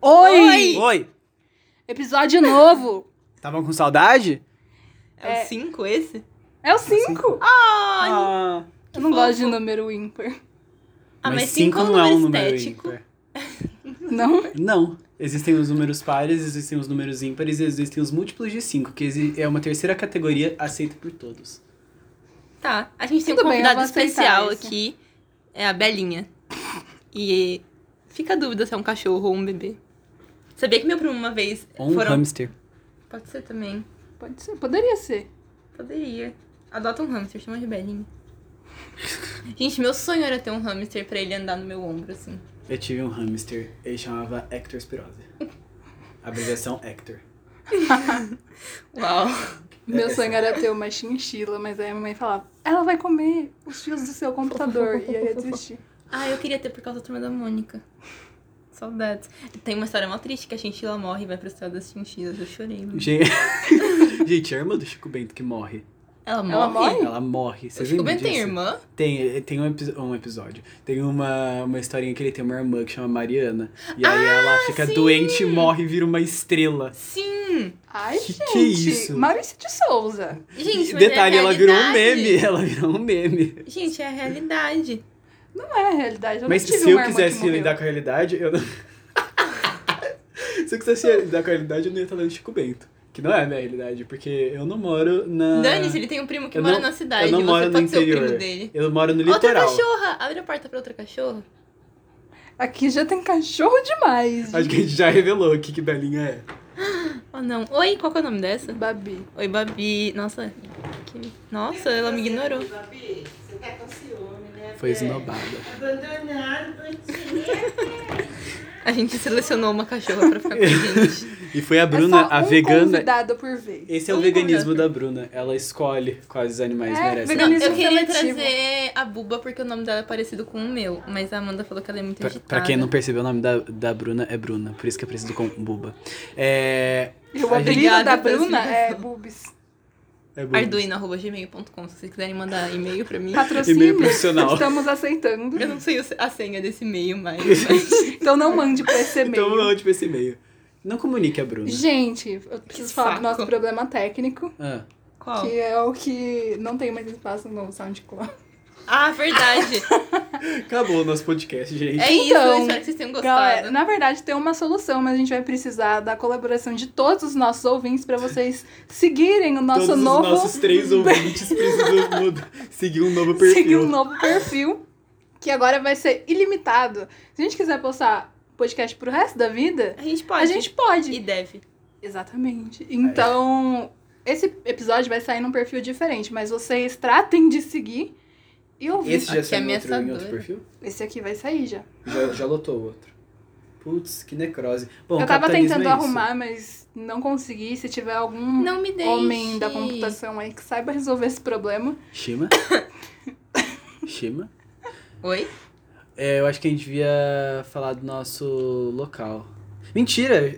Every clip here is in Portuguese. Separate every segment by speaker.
Speaker 1: Oi!
Speaker 2: Oi!
Speaker 1: Episódio novo.
Speaker 2: Estavam com saudade?
Speaker 3: É, o 5 esse?
Speaker 1: É o 5.
Speaker 2: Ah,
Speaker 1: Eu não
Speaker 3: fofo.
Speaker 1: gosto de número ímpar.
Speaker 3: Ah, mas
Speaker 2: cinco
Speaker 3: cinco é um número estético.
Speaker 2: ímpar.
Speaker 1: Não?
Speaker 2: Não. Existem os números pares, existem os números ímpares e existem os múltiplos de 5, que exi- é uma terceira categoria aceita por todos.
Speaker 3: Tá. A gente tem
Speaker 1: Tudo
Speaker 3: um
Speaker 1: bem, eu
Speaker 3: convidado
Speaker 1: vou aceitar
Speaker 3: especial
Speaker 1: esse.
Speaker 3: aqui. É a Belinha. E fica a dúvida se é um cachorro ou um bebê. Sabia que meu primo uma vez
Speaker 2: Ou um
Speaker 3: foram.
Speaker 2: hamster.
Speaker 3: Pode ser também.
Speaker 1: Pode ser. Poderia
Speaker 2: É,
Speaker 1: ser.
Speaker 3: Poderia. Adota um hamster, chama de Belinha. gente, meu sonho era ter um hamster pra ele andar no meu ombro, assim.
Speaker 2: Eu tive um hamster, ele chamava Hector Spirosa. Abreviação Hector.
Speaker 3: Uau.
Speaker 1: Meu
Speaker 2: é
Speaker 1: sonho era ter uma chinchila, mas aí a minha mãe falava, ela vai comer os fios do seu computador. e aí eu desisti.
Speaker 3: Ah, eu queria ter por causa da turma da Mônica. Saudades. Tem uma história mó triste que a chinchila morre e vai pro céu das chinchilas. Eu chorei. mano.
Speaker 2: Gente, Gente, a irmã do Chico Bento que morre.
Speaker 3: Ela morre?
Speaker 1: Ela morre?
Speaker 2: Ela morre.
Speaker 3: O
Speaker 2: Vocês
Speaker 3: Chico
Speaker 2: lembram
Speaker 3: Bento Tipo, tem
Speaker 2: disso?
Speaker 3: irmã?
Speaker 2: Tem, tem um, epi- um episódio. Tem uma, uma historinha que ele tem uma irmã que chama Mariana. E aí
Speaker 1: Ah,
Speaker 2: ela fica
Speaker 3: sim!
Speaker 2: doente, morre e vira uma estrela.
Speaker 3: Sim!
Speaker 1: Ai,
Speaker 2: Que-
Speaker 1: gente.
Speaker 2: que isso?
Speaker 1: Maurício de Souza.
Speaker 3: Gente, mas
Speaker 2: Detalhe,
Speaker 3: é a
Speaker 2: ela virou um
Speaker 3: realidade.
Speaker 2: meme. Ela virou um meme.
Speaker 3: Gente, é a realidade.
Speaker 1: Não é a realidade. Eu
Speaker 2: Mas
Speaker 1: não tive
Speaker 2: se eu
Speaker 1: uma irmã que
Speaker 2: quisesse
Speaker 1: morreu.
Speaker 2: lidar com a realidade, eu não. se eu quisesse lidar com a realidade, eu não ia estar lendo Chico Bento. Que não é a minha realidade, porque eu não moro na.
Speaker 3: Dane-se, ele tem um primo que
Speaker 2: Ah, eu
Speaker 3: mora
Speaker 2: não-
Speaker 3: na cidade.
Speaker 2: eu não
Speaker 3: Você
Speaker 2: moro no
Speaker 3: pode ser o
Speaker 2: interior. É
Speaker 3: primo dele.
Speaker 2: Eu moro no
Speaker 3: Outra
Speaker 2: litoral.
Speaker 3: cachorra! Abre a porta pra outra cachorra.
Speaker 1: Aqui já tem cachorro demais.
Speaker 2: Acho que a gente já revelou o que, que Belinha é.
Speaker 3: Oh, não. Oi, qual que é o nome dessa?
Speaker 1: Babi.
Speaker 3: Oi, Babi. Nossa. que- Nossa, ela me ignorou.
Speaker 4: Babi, você tá com ciúme, né?
Speaker 1: É.
Speaker 2: Foi
Speaker 4: velho?
Speaker 2: esnobada.
Speaker 4: Abandonado, bonitinho.
Speaker 3: A gente selecionou uma cachorra pra ficar com a gente.
Speaker 2: E foi a
Speaker 1: é
Speaker 2: Bruna,
Speaker 1: só
Speaker 2: a
Speaker 1: um
Speaker 2: vegana.
Speaker 1: convidado por vez.
Speaker 2: Esse é o
Speaker 3: Um
Speaker 2: veganismo
Speaker 3: convidado.
Speaker 2: da Bruna. Ela escolhe quais os animais
Speaker 1: É,
Speaker 2: merecem.
Speaker 3: Não,
Speaker 1: Veganismo
Speaker 3: eu queria
Speaker 1: seletivo.
Speaker 3: trazer a Buba porque o nome dela é parecido com o meu. Mas a Amanda falou que ela é muito
Speaker 2: Pra,
Speaker 3: agitada.
Speaker 2: pra quem não percebeu, o nome da, da Bruna é Bruna. Por isso que é preciso com Buba. É.
Speaker 1: E o apelido
Speaker 3: Obrigada
Speaker 1: da
Speaker 3: pela
Speaker 1: Bruna é
Speaker 3: explicação.
Speaker 1: Bubis.
Speaker 2: é Buba.
Speaker 3: Arduino.gmail.com, se vocês quiserem mandar e-mail pra mim.
Speaker 1: Patrocínio.
Speaker 2: E-mail profissional.
Speaker 1: Estamos aceitando.
Speaker 3: Eu não sei o- a senha desse e-mail mais. mas-
Speaker 1: Então não mande pra esse e-mail.
Speaker 2: Então eu tipo esse e-mail. Não comunique a Bruna.
Speaker 1: Gente, eu preciso
Speaker 3: Que
Speaker 1: falar do
Speaker 3: saco.
Speaker 1: nosso problema técnico,
Speaker 2: Ah,
Speaker 3: Qual?
Speaker 1: que é o que não tem mais espaço no SoundCloud.
Speaker 3: Ah, verdade.
Speaker 2: acabou o nosso podcast, gente.
Speaker 3: É isso,
Speaker 1: Então,
Speaker 3: eu espero que vocês tenham gostado.
Speaker 1: Galera, na verdade tem uma solução, mas a gente vai precisar da colaboração de todos os nossos ouvintes pra vocês seguirem o nosso
Speaker 2: Todos
Speaker 1: novo
Speaker 2: os nossos três ouvintes precisam mudar- seguir um novo perfil.
Speaker 1: seguir um novo perfil, que agora vai ser ilimitado. Se a gente quiser postar podcast pro resto da vida,
Speaker 3: A gente pode.
Speaker 1: a gente pode.
Speaker 3: E deve.
Speaker 1: Exatamente. Então, esse episódio vai sair num perfil diferente, mas vocês tratem de seguir e ouvir.
Speaker 2: Esse já
Speaker 3: Aqui é
Speaker 2: saiu em outro, em outro
Speaker 3: ameaçador.
Speaker 2: perfil?
Speaker 1: Esse aqui vai sair já.
Speaker 2: Já, já lotou o outro. Putz, que necrose. Bom,
Speaker 1: eu tava
Speaker 2: capitalismo
Speaker 1: tentando
Speaker 2: é isso.
Speaker 1: arrumar, mas não consegui. Se tiver algum
Speaker 3: Não me deixe.
Speaker 1: homem da computação aí que saiba resolver esse problema,
Speaker 2: Shima? Shima?
Speaker 3: Oi?
Speaker 2: É, eu acho que a gente devia falar do nosso local. Mentira!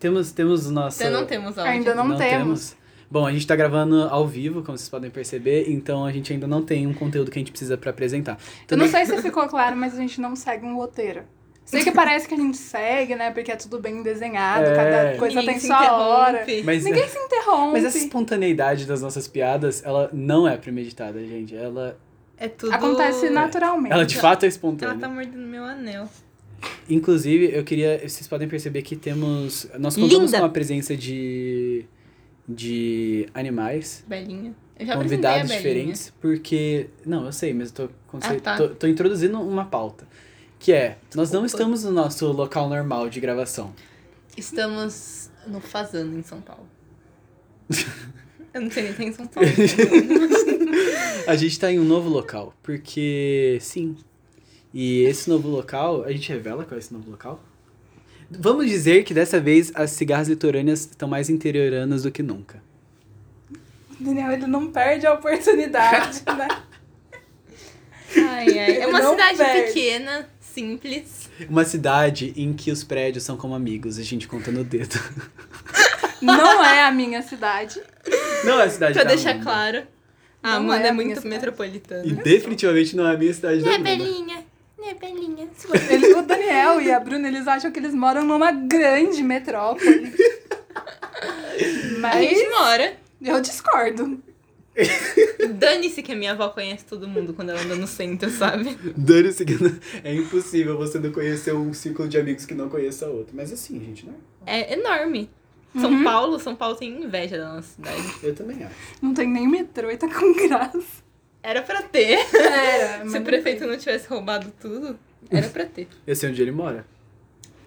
Speaker 2: Temos, temos nossa.
Speaker 3: Então não temos áudio.
Speaker 1: ainda não, temos.
Speaker 2: Bom, a gente tá gravando ao vivo, como vocês podem perceber, então a gente ainda não tem um conteúdo que a gente precisa pra apresentar.
Speaker 1: Eu não sei se ficou claro, mas a gente não segue um roteiro. Sei que parece que a gente segue, né? Porque é tudo bem desenhado,
Speaker 2: É.
Speaker 1: cada coisa
Speaker 3: Ninguém
Speaker 1: tem
Speaker 3: se
Speaker 1: sua hora.
Speaker 3: interrompe.
Speaker 2: Mas,
Speaker 1: Ninguém se interrompe.
Speaker 2: mas essa espontaneidade das nossas piadas, ela não é premeditada, gente. Ela,
Speaker 3: É tudo...
Speaker 1: Acontece naturalmente.
Speaker 2: ela de fato é
Speaker 3: Ela
Speaker 2: espontânea.
Speaker 3: tá mordendo meu anel.
Speaker 2: Inclusive, eu queria. Vocês podem perceber que temos. Nós contamos
Speaker 3: Linda.
Speaker 2: com a presença de. de animais.
Speaker 3: Belinha. Eu já apresentei a
Speaker 2: convidados
Speaker 3: Belinha.
Speaker 2: diferentes, porque. Não, eu sei, mas eu tô, conce-
Speaker 3: Ah, tá.
Speaker 2: tô, tô introduzindo uma pauta. Que é, nós não
Speaker 3: Desculpa.
Speaker 2: estamos no nosso local normal de gravação.
Speaker 3: Estamos no Fazano, em São Paulo. Eu não sei nem se é em São Paulo.
Speaker 2: A gente tá em um novo local, porque sim. E esse novo local, a gente revela qual é esse novo local? Vamos dizer que dessa vez as cigarras litorâneas estão mais interioranas do que nunca.
Speaker 1: O Daniel, ele não perde a oportunidade, né?
Speaker 3: Ai, ai. É uma
Speaker 1: Não
Speaker 3: cidade
Speaker 1: perde.
Speaker 3: pequena, simples.
Speaker 2: Uma cidade em que os prédios são como amigos, a gente conta no dedo.
Speaker 1: Não é a minha cidade.
Speaker 2: Não é a cidade
Speaker 3: Pra
Speaker 2: da
Speaker 3: deixar
Speaker 2: Amanda.
Speaker 3: claro. né? A
Speaker 1: Não
Speaker 3: Amanda
Speaker 1: é
Speaker 3: é,
Speaker 1: a minha
Speaker 3: muito
Speaker 1: cidade.
Speaker 3: metropolitana.
Speaker 2: E definitivamente não é a minha cidade da Amanda.
Speaker 3: Belinha? Né, minha velhinha.
Speaker 1: Ele, o Daniel e a Bruna, eles acham que eles moram numa grande metrópole.
Speaker 3: A gente
Speaker 1: Mas
Speaker 3: mora.
Speaker 1: eu discordo.
Speaker 3: Dane-se que a minha avó conhece todo mundo quando ela anda no centro, sabe?
Speaker 2: Dane-se, que não- é impossível você não conhecer um círculo de amigos que não conheça outro. Mas assim, gente, né?
Speaker 3: É enorme. São
Speaker 1: Uhum.
Speaker 3: Paulo, São Paulo tem inveja da nossa cidade.
Speaker 2: Eu também acho.
Speaker 1: Não tem nem metrô e tá com graça.
Speaker 3: Era pra ter.
Speaker 1: Era,
Speaker 3: Se o prefeito não tivesse roubado tudo, era pra ter.
Speaker 2: Eu sei onde ele mora.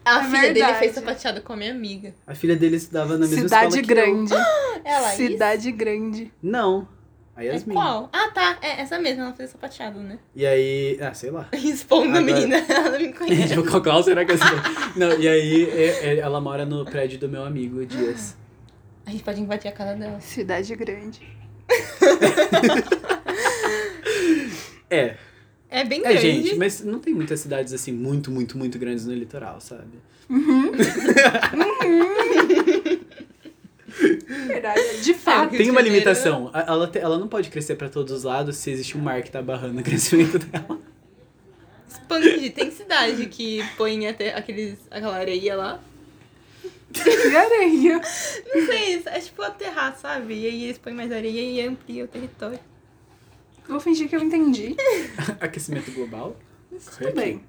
Speaker 3: A
Speaker 1: É
Speaker 3: filha dele
Speaker 1: verdade.
Speaker 3: fez sapateado com a minha amiga.
Speaker 2: A filha dele estudava na mesma
Speaker 1: Cidade
Speaker 2: escola que eu.
Speaker 1: grande.
Speaker 3: É a Laís?
Speaker 1: Cidade grande.
Speaker 2: Não. A
Speaker 3: É
Speaker 2: Yasmin.
Speaker 3: qual? Ah, tá. É essa mesma, ela fez sapateado, né?
Speaker 2: E aí... Ah, sei lá.
Speaker 3: Responda,
Speaker 2: Agora-
Speaker 3: menina. Ela não me conhece.
Speaker 2: tipo, qual, qual será que é essa? Não, e aí é- é- ela mora no prédio do meu amigo Dias.
Speaker 3: A gente pode invadir a casa dela.
Speaker 1: Cidade grande.
Speaker 2: É,
Speaker 3: É bem
Speaker 2: é
Speaker 3: grande.
Speaker 2: gente, mas não tem muitas cidades assim muito, muito, muito grandes no litoral, sabe?
Speaker 1: Verdade. é De
Speaker 3: Rio
Speaker 1: fato.
Speaker 2: tem
Speaker 3: de
Speaker 2: uma
Speaker 3: Janeiro- né?
Speaker 2: limitação. A- Ela, te- ela não pode crescer pra todos os lados se existe um mar que tá barrando o crescimento dela.
Speaker 3: Expande. Tem cidade que põe até aqueles, aquela areia lá.
Speaker 1: E areia.
Speaker 3: Não sei, é tipo aterrar, sabe? E aí eles põem mais areia e amplia o território.
Speaker 1: Vou fingir que eu entendi.
Speaker 2: Aquecimento global. é
Speaker 1: Tudo bem.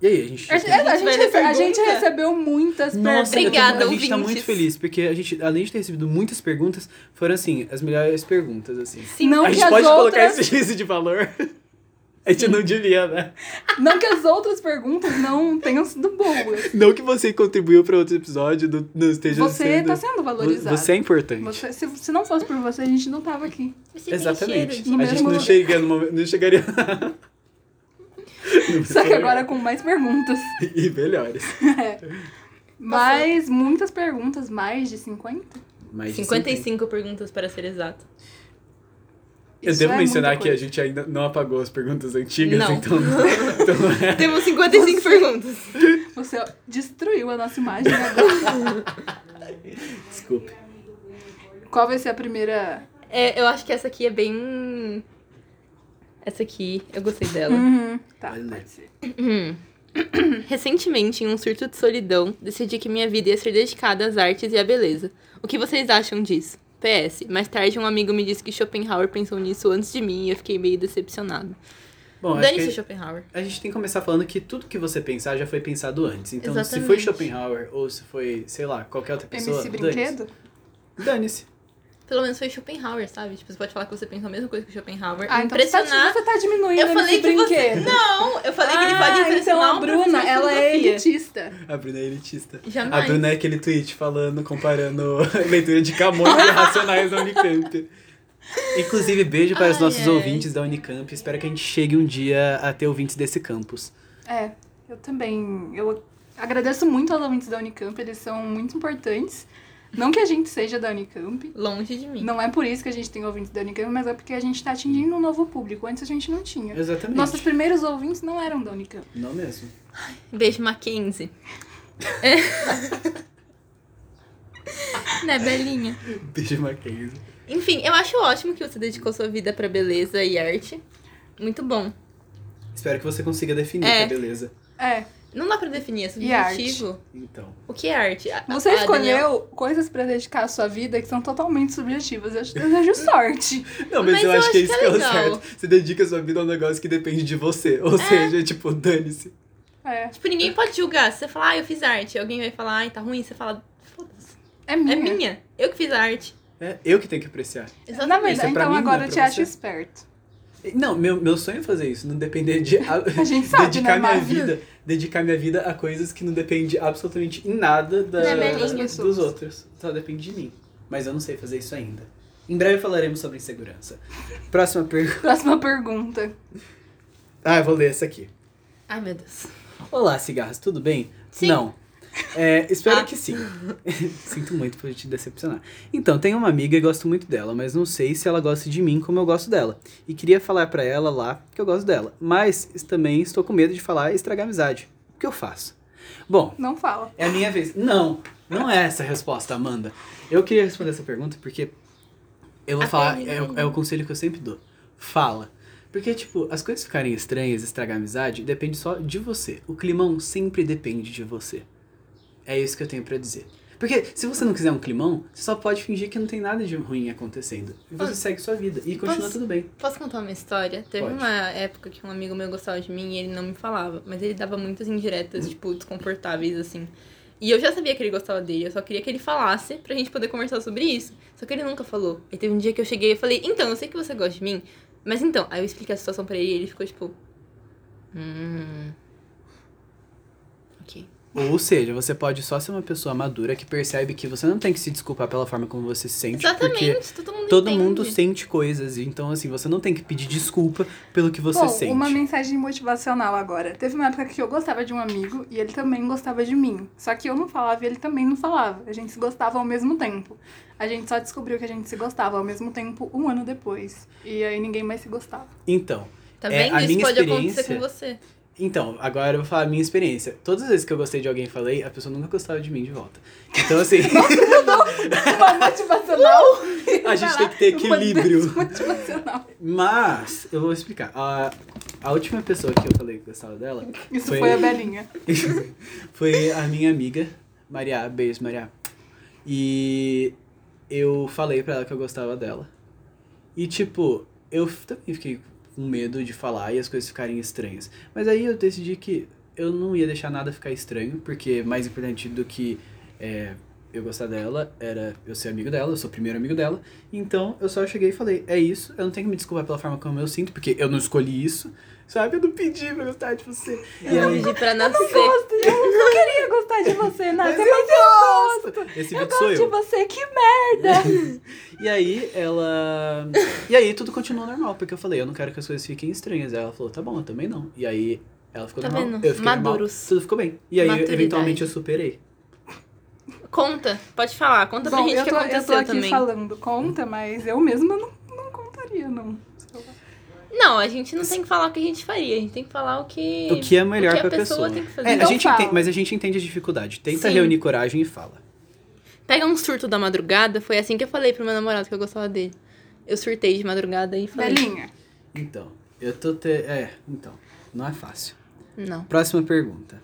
Speaker 2: E aí, a gente.
Speaker 1: A, gente- a gente,
Speaker 3: Velha
Speaker 1: rece- a gente
Speaker 3: pergunta.
Speaker 1: recebeu muitas
Speaker 2: Nossa, eu tô-
Speaker 1: é perguntas.
Speaker 3: Obrigada,
Speaker 2: a gente tá
Speaker 3: ouvintes.
Speaker 2: muito feliz, porque a gente, além de ter recebido muitas perguntas, foram assim, as melhores perguntas, assim.
Speaker 3: Sim.
Speaker 1: Não
Speaker 2: a
Speaker 1: que
Speaker 2: gente
Speaker 1: as
Speaker 2: pode colocar
Speaker 1: outras
Speaker 2: esse juízo de valor. A gente não devia, né?
Speaker 1: Não que as outras perguntas não tenham sido boas.
Speaker 2: Não que você contribuiu pra outro episódio, do, não esteja
Speaker 1: Você
Speaker 2: sendo...
Speaker 1: tá sendo valorizado.
Speaker 2: Você é importante.
Speaker 1: Você- se, se não fosse por você, a gente não tava aqui.
Speaker 3: Você
Speaker 2: Exatamente.
Speaker 1: de- No
Speaker 2: A gente
Speaker 1: mesmo-
Speaker 2: não, chega no momento, não chegaria...
Speaker 1: Só que agora com mais perguntas.
Speaker 2: E melhores.
Speaker 1: Mas muitas perguntas, mais de 50.
Speaker 2: Mais de
Speaker 3: 55 perguntas para ser exato.
Speaker 2: Eu
Speaker 1: Isso
Speaker 2: devo
Speaker 1: é
Speaker 2: mencionar
Speaker 1: muita
Speaker 2: que a
Speaker 1: coisa.
Speaker 2: gente ainda não apagou as perguntas antigas,
Speaker 3: Não.
Speaker 2: então... então é.
Speaker 3: Temos 55 perguntas.
Speaker 1: Você destruiu a nossa imagem agora.
Speaker 2: Desculpa.
Speaker 1: Qual vai ser a primeira.
Speaker 3: É, eu acho que essa aqui é bem. Essa aqui, eu gostei dela.
Speaker 1: Uhum. Tá,
Speaker 2: Olha.
Speaker 1: pode ser.
Speaker 3: Hum. Recentemente, em um surto de solidão, decidi que minha vida ia ser dedicada às artes e à beleza. O que vocês acham disso? PS, mais tarde um amigo me disse que Schopenhauer pensou nisso antes de mim e eu fiquei meio decepcionado.
Speaker 2: Bom, acho
Speaker 3: Dane-se
Speaker 2: que- é
Speaker 3: Schopenhauer.
Speaker 2: A gente tem que começar falando que tudo que você pensar já foi pensado antes. Então, se
Speaker 3: Exatamente.
Speaker 2: foi Schopenhauer ou se foi, sei lá, qualquer outra pessoa.
Speaker 1: MC
Speaker 2: dane-se.
Speaker 1: Brinquedo?
Speaker 2: Dane-se.
Speaker 3: Pelo menos foi Schopenhauer, sabe? Tipo, você pode falar que você pensou a mesma coisa que Schopenhauer.
Speaker 1: Ah, então você tá,
Speaker 3: impressionar.
Speaker 1: você tá diminuindo
Speaker 3: Eu
Speaker 1: MC
Speaker 3: falei que você-
Speaker 1: Brinquedo.
Speaker 3: Não, eu falei que ele pode
Speaker 1: ah, então
Speaker 3: impressionar
Speaker 1: a
Speaker 3: um
Speaker 1: Bruna,
Speaker 3: professor de
Speaker 1: ela é
Speaker 3: filosofia.
Speaker 1: elitista.
Speaker 2: A Bruna é elitista.
Speaker 3: Jamais.
Speaker 2: A Bruna é aquele tweet falando, comparando leitura de Camões e Racionais da Unicamp. Inclusive, beijo para os
Speaker 3: Ai,
Speaker 2: nossos
Speaker 3: ai.
Speaker 2: ouvintes da Unicamp. Espero que a gente chegue um dia a ter ouvintes desse campus.
Speaker 1: É, eu também. Eu agradeço muito aos ouvintes da Unicamp, eles são muito importantes. Não que a gente seja da Unicamp.
Speaker 3: Longe de mim.
Speaker 1: Não é por isso que a gente tem ouvintes da Unicamp, mas é porque a gente tá atingindo um novo público. Antes a gente não tinha.
Speaker 2: Exatamente.
Speaker 1: Nossos primeiros ouvintes não eram da Unicamp.
Speaker 2: Não mesmo.
Speaker 3: Beijo, Mackenzie. É. né, Belinha?
Speaker 2: Beijo, Mackenzie.
Speaker 3: Enfim, eu acho ótimo que você dedicou sua vida pra beleza e arte. Muito bom.
Speaker 2: Espero que você consiga definir,
Speaker 3: É.
Speaker 2: tá beleza?
Speaker 1: É,
Speaker 3: Não dá pra definir, é
Speaker 1: E arte.
Speaker 3: subjetivo.
Speaker 2: Então.
Speaker 3: O que é arte? A-
Speaker 1: você
Speaker 2: Ah,
Speaker 3: a Daniel-
Speaker 1: escolheu coisas pra dedicar à sua vida que são totalmente subjetivas. Eu te desejo sorte.
Speaker 2: Não, mas,
Speaker 3: Mas
Speaker 2: eu,
Speaker 3: eu
Speaker 2: acho que é isso
Speaker 3: acho que
Speaker 2: que é
Speaker 3: é
Speaker 2: o
Speaker 3: legal.
Speaker 2: certo. Você dedica sua vida a um negócio que depende de você. Ou seja, tipo, dane-se.
Speaker 1: É,
Speaker 3: Tipo, ninguém pode julgar. Se você falar, ah, eu fiz arte. Alguém vai falar, ai, tá ruim. Você fala, foda-se.
Speaker 1: é minha.
Speaker 3: É minha. Eu que fiz a arte.
Speaker 2: É eu que tenho que apreciar.
Speaker 1: Na
Speaker 3: Exatamente.
Speaker 2: Isso é
Speaker 1: verdade,
Speaker 2: pra
Speaker 1: então
Speaker 2: mim, não é
Speaker 1: agora eu
Speaker 2: pra
Speaker 1: te acho
Speaker 2: você.
Speaker 1: esperto.
Speaker 2: Não, meu, meu sonho é fazer isso. Não depender de.
Speaker 1: A gente sabe,
Speaker 2: dedicar
Speaker 1: né,
Speaker 2: minha
Speaker 1: Marcos?
Speaker 2: vida. Dedicar minha vida a coisas que não dependem absolutamente em nada da,
Speaker 3: Da minha linha.
Speaker 2: dos outros. Só depende de mim. Mas eu não sei fazer isso ainda. Em breve falaremos sobre insegurança. Próxima pergunta.
Speaker 1: Próxima pergunta.
Speaker 2: Ah, eu vou ler essa aqui.
Speaker 3: Ai, meu Deus.
Speaker 2: Olá, cigarras, tudo bem?
Speaker 3: Sim.
Speaker 2: Não. É, espero
Speaker 3: Ah.
Speaker 2: que sim. Sinto muito por te decepcionar. Então, tenho uma amiga e gosto muito dela, mas não sei se ela gosta de mim como eu gosto dela. E queria falar pra ela lá que eu gosto dela, mas também estou com medo de falar e estragar a amizade. O que eu faço? Bom,
Speaker 1: Não fala.
Speaker 2: é a minha vez. Não, não é essa a resposta, Amanda. Eu queria responder essa pergunta porque eu vou
Speaker 3: A
Speaker 2: falar,
Speaker 3: pergunta
Speaker 2: é, o-
Speaker 3: ainda.
Speaker 2: é o conselho que eu sempre dou. Fala. Porque, tipo, as coisas ficarem estranhas, estragar a amizade, depende só de você. O climão sempre depende de você. É isso que eu tenho pra dizer. Porque se você não quiser um climão, você só pode fingir que não tem nada de ruim acontecendo. E você
Speaker 3: Posso-
Speaker 2: segue sua vida. E continua
Speaker 3: posso-
Speaker 2: tudo bem.
Speaker 3: Posso contar uma história? Teve
Speaker 2: Pode.
Speaker 3: uma época que um amigo meu gostava de mim e ele não me falava, mas ele dava muitas indiretas, tipo, desconfortáveis, assim. E eu já sabia que ele gostava dele, eu só queria que ele falasse pra gente poder conversar sobre isso. Só que ele nunca falou. E teve um dia que eu cheguei e falei, então, eu sei que você gosta de mim, mas então. Aí eu expliquei a situação pra ele e ele ficou tipo. Hum. Ok.
Speaker 2: Ou seja, você pode só ser uma pessoa madura que percebe que você não tem que se desculpar pela forma como você se sente. Porque
Speaker 3: Exatamente, todo mundo
Speaker 2: todo
Speaker 3: entende.
Speaker 2: mundo sente coisas. Então, assim, você não tem que pedir desculpa pelo que você
Speaker 1: Bom,
Speaker 2: sente.
Speaker 1: uma mensagem motivacional agora. Teve uma época que eu gostava de um amigo e ele também gostava de mim. Só que eu não falava e ele também não falava. A gente se gostava ao mesmo tempo. A gente só descobriu que a gente se gostava ao mesmo tempo um ano depois. E aí ninguém mais se gostava.
Speaker 2: Então,
Speaker 3: Tá
Speaker 2: É,
Speaker 3: vendo?
Speaker 2: a
Speaker 3: isso
Speaker 2: minha
Speaker 3: pode acontecer
Speaker 2: experiência-
Speaker 3: com você.
Speaker 2: Então, agora eu vou falar a minha experiência. Todas as vezes que eu gostei de alguém e falei, a pessoa nunca gostava de mim de volta. Então, assim,
Speaker 1: Uma motivacional.
Speaker 2: a gente tem que ter equilíbrio.
Speaker 1: Uma motivacional.
Speaker 2: Mas, eu vou explicar. A, a última pessoa que eu falei que gostava dela
Speaker 1: Isso
Speaker 2: Foi-
Speaker 1: foi, a Belinha.
Speaker 2: foi a minha amiga, Maria. Beijo, Maria. E eu falei pra ela que eu gostava dela. E, tipo, eu f- também fiquei com medo de falar e as coisas ficarem estranhas. Mas aí eu decidi que eu não ia deixar nada ficar estranho, porque mais importante do que é, eu gostar dela era eu ser amigo dela, eu sou o primeiro amigo dela. Então eu só cheguei e falei: é isso, eu não tenho que me desculpar pela forma como eu sinto, porque eu não escolhi isso, sabe? Eu não pedi pra gostar de você. E
Speaker 3: Eu não
Speaker 2: aí-
Speaker 3: pedi pra nascer.
Speaker 1: Gosto, eu não queria gostar de você, Nath.
Speaker 2: Mas
Speaker 3: um
Speaker 1: Mas eu
Speaker 2: Esse
Speaker 1: eu
Speaker 2: vídeo
Speaker 1: gosto
Speaker 2: sou
Speaker 1: de
Speaker 2: eu.
Speaker 1: você, que merda!
Speaker 2: E aí ela. E aí tudo continuou normal, porque eu falei, eu não quero que as coisas fiquem estranhas. Aí ela falou, tá bom, eu também não. E aí ela ficou
Speaker 3: Tá
Speaker 2: normal.
Speaker 3: vendo?
Speaker 2: Eu fiquei
Speaker 3: Maduros.
Speaker 2: normal. Tudo ficou bem. E aí,
Speaker 3: Maturidade.
Speaker 2: eventualmente, eu superei.
Speaker 3: Conta, pode falar, conta pra
Speaker 1: Bom,
Speaker 3: gente o
Speaker 1: eu
Speaker 3: que
Speaker 1: tô, eu tô
Speaker 3: aconteceu
Speaker 1: aqui
Speaker 3: também.
Speaker 1: falando, conta, mas eu mesma não, não contaria, não.
Speaker 3: Não, a gente não tem que falar o que a gente faria, a gente tem que falar o que.
Speaker 2: O que é melhor
Speaker 3: o que a
Speaker 2: pra
Speaker 3: pessoa, tem que fazer.
Speaker 2: É, a
Speaker 1: Então
Speaker 2: gente
Speaker 1: fala.
Speaker 2: entende, mas a gente entende a dificuldade. Tenta
Speaker 3: Sim.
Speaker 2: reunir coragem e fala.
Speaker 3: Pega um surto da madrugada, foi assim que eu falei pro meu namorado que eu gostava dele. Eu surtei de madrugada e falei.
Speaker 1: Belinha,
Speaker 2: Então, eu tô te... É, então. Não é fácil.
Speaker 3: Não.
Speaker 2: Próxima pergunta.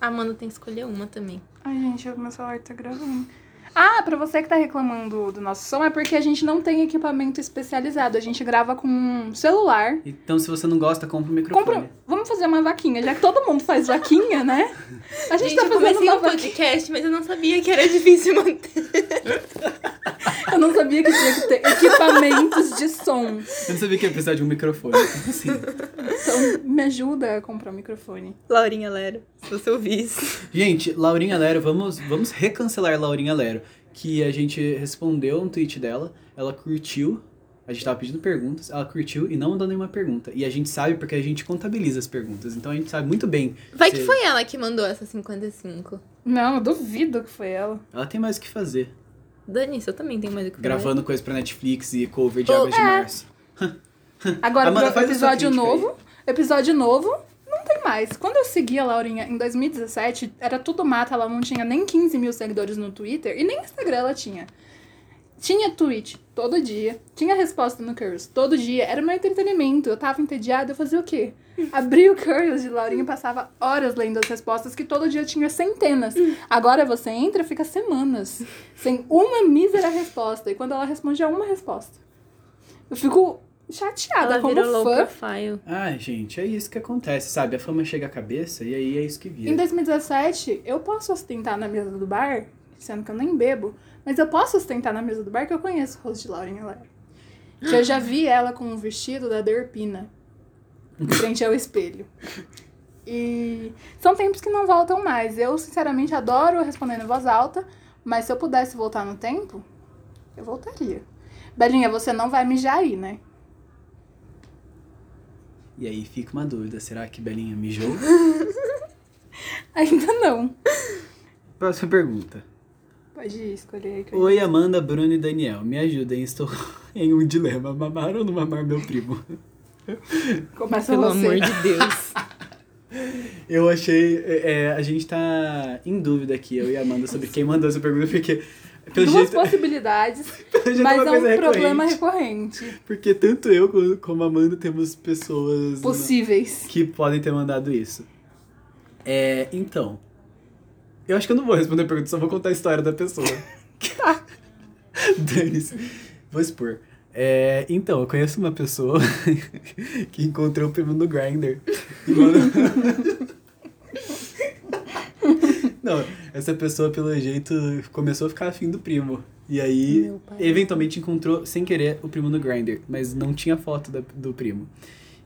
Speaker 3: A Amanda tem que escolher uma também.
Speaker 1: Ai, gente, meu celular tá gravando. Ah, pra você que tá reclamando do nosso som, é porque a gente não tem equipamento especializado. A gente grava com um celular.
Speaker 2: Então, se você não gosta, compra o microfone.
Speaker 1: Compra,
Speaker 3: um.
Speaker 1: um, vamos fazer uma vaquinha, já que todo mundo faz vaquinha, né? A gente, tá
Speaker 3: eu
Speaker 1: fazendo
Speaker 3: comecei
Speaker 1: uma
Speaker 3: um
Speaker 1: vaquinha.
Speaker 3: podcast, mas eu não sabia que era difícil manter.
Speaker 1: Eu não sabia que tinha que ter equipamentos de som.
Speaker 2: Eu não sabia que ia precisar de um microfone. Assim.
Speaker 1: Então, me ajuda a comprar um microfone.
Speaker 3: Laurinha Lero, se você ouvisse.
Speaker 2: Gente, Laurinha Lero, vamos, vamos recancelar Laurinha Lero. Que a gente respondeu um tweet dela, ela curtiu. A gente tava pedindo perguntas, ela curtiu e não mandou nenhuma pergunta. E a gente sabe porque a gente contabiliza as perguntas. Então a gente sabe muito bem.
Speaker 3: Vai
Speaker 2: se-
Speaker 3: que foi ela que mandou essa 55.
Speaker 1: Não, eu duvido que foi ela.
Speaker 2: Ela tem mais o que fazer.
Speaker 3: Dani, eu também tenho mais o que falar.
Speaker 2: Gravando coisa pra Netflix e cover de Águas de
Speaker 3: É.
Speaker 2: Março.
Speaker 1: Agora,
Speaker 2: Amanda,
Speaker 1: pro
Speaker 2: faz a sua
Speaker 1: episódio
Speaker 2: crítica aí.
Speaker 1: novo. Episódio novo, não tem mais. Quando eu segui a Laurinha em 2017, era tudo mata, ela não tinha nem 15 mil seguidores no Twitter e nem Instagram ela tinha. Tinha tweet todo dia, tinha resposta no Curious todo dia, era meu entretenimento. Eu tava entediada, eu fazia o quê? Abri o Curious de Laurinha e passava horas lendo as respostas, que todo dia tinha centenas. Agora você entra, fica semanas sem uma mísera resposta. E quando ela responde, é uma resposta. Eu fico chateada
Speaker 3: Ela
Speaker 1: Ah, como
Speaker 3: virou low
Speaker 1: fã.
Speaker 3: profile.
Speaker 2: Ai, gente, é isso que acontece, sabe? A fama chega à cabeça e aí é isso que
Speaker 1: Em
Speaker 2: vira.
Speaker 1: 2017, eu posso ostentar na mesa do bar, sendo que eu nem bebo, mas eu posso ostentar na mesa do bar que eu conheço o rosto de Laurinha Lero. Que eu já vi ela com um vestido da Derpina em frente ao espelho. E são tempos que não voltam mais. Eu, sinceramente, adoro respondendo em voz alta, mas se eu pudesse voltar no tempo, eu voltaria. Belinha, você não vai mijar aí, né?
Speaker 2: E aí fica uma dúvida: será que Belinha mijou?
Speaker 1: Ainda não.
Speaker 2: Próxima pergunta.
Speaker 1: Pode escolher aí. que eu-
Speaker 2: Oi, Amanda, Bruno e Daniel. Me ajudem, estou em um dilema. Mamar ou não mamar meu primo?
Speaker 1: Começa
Speaker 3: Pelo
Speaker 1: você.
Speaker 3: amor de Deus.
Speaker 2: Eu achei. é, é, a gente tá em dúvida aqui, eu e a Amanda, sobre quem mandou essa pergunta, porque. Pelo
Speaker 1: Duas
Speaker 2: jeito,
Speaker 1: possibilidades,
Speaker 2: pelo jeito
Speaker 1: mas
Speaker 2: uma
Speaker 1: é um
Speaker 2: coisa
Speaker 1: problema
Speaker 2: recorrente.
Speaker 1: recorrente.
Speaker 2: Porque tanto eu co- como a Amanda temos pessoas no-
Speaker 1: Possíveis.
Speaker 2: que podem ter mandado isso. É, então. Eu acho que eu não vou responder a pergunta, só vou contar a história da pessoa. Tá. Dane-se. Vou expor. É, então, eu conheço uma pessoa que encontrou o primo no Grindr. E mandou... Não, essa pessoa, pelo jeito, começou a ficar afim do primo. E aí,
Speaker 1: Meu pai.
Speaker 2: eventualmente encontrou, sem querer, o primo no Grindr. Mas não tinha foto da- do primo.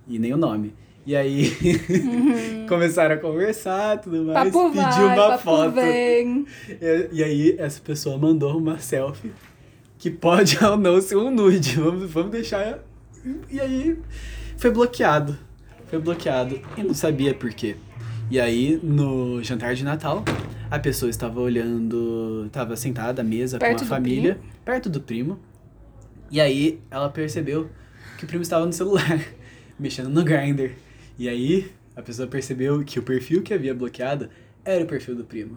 Speaker 2: E nem o nome. E aí, começaram a conversar, tudo mais.
Speaker 1: Uhum. Papo vai,
Speaker 2: pediu uma
Speaker 1: papo
Speaker 2: foto.
Speaker 1: vem.
Speaker 2: E, e aí, essa pessoa mandou uma selfie que pode ou não ser um nude. Vamos, vamos deixar. E aí, foi bloqueado. Foi bloqueado e não sabia por quê. E aí, no jantar de Natal, a pessoa estava olhando, estava sentada à mesa
Speaker 1: Perto
Speaker 2: com a
Speaker 1: do
Speaker 2: família, perto do primo. E aí, ela percebeu que o primo estava no celular, mexendo no grinder. E aí, a pessoa percebeu que o perfil que havia bloqueado era o perfil do primo.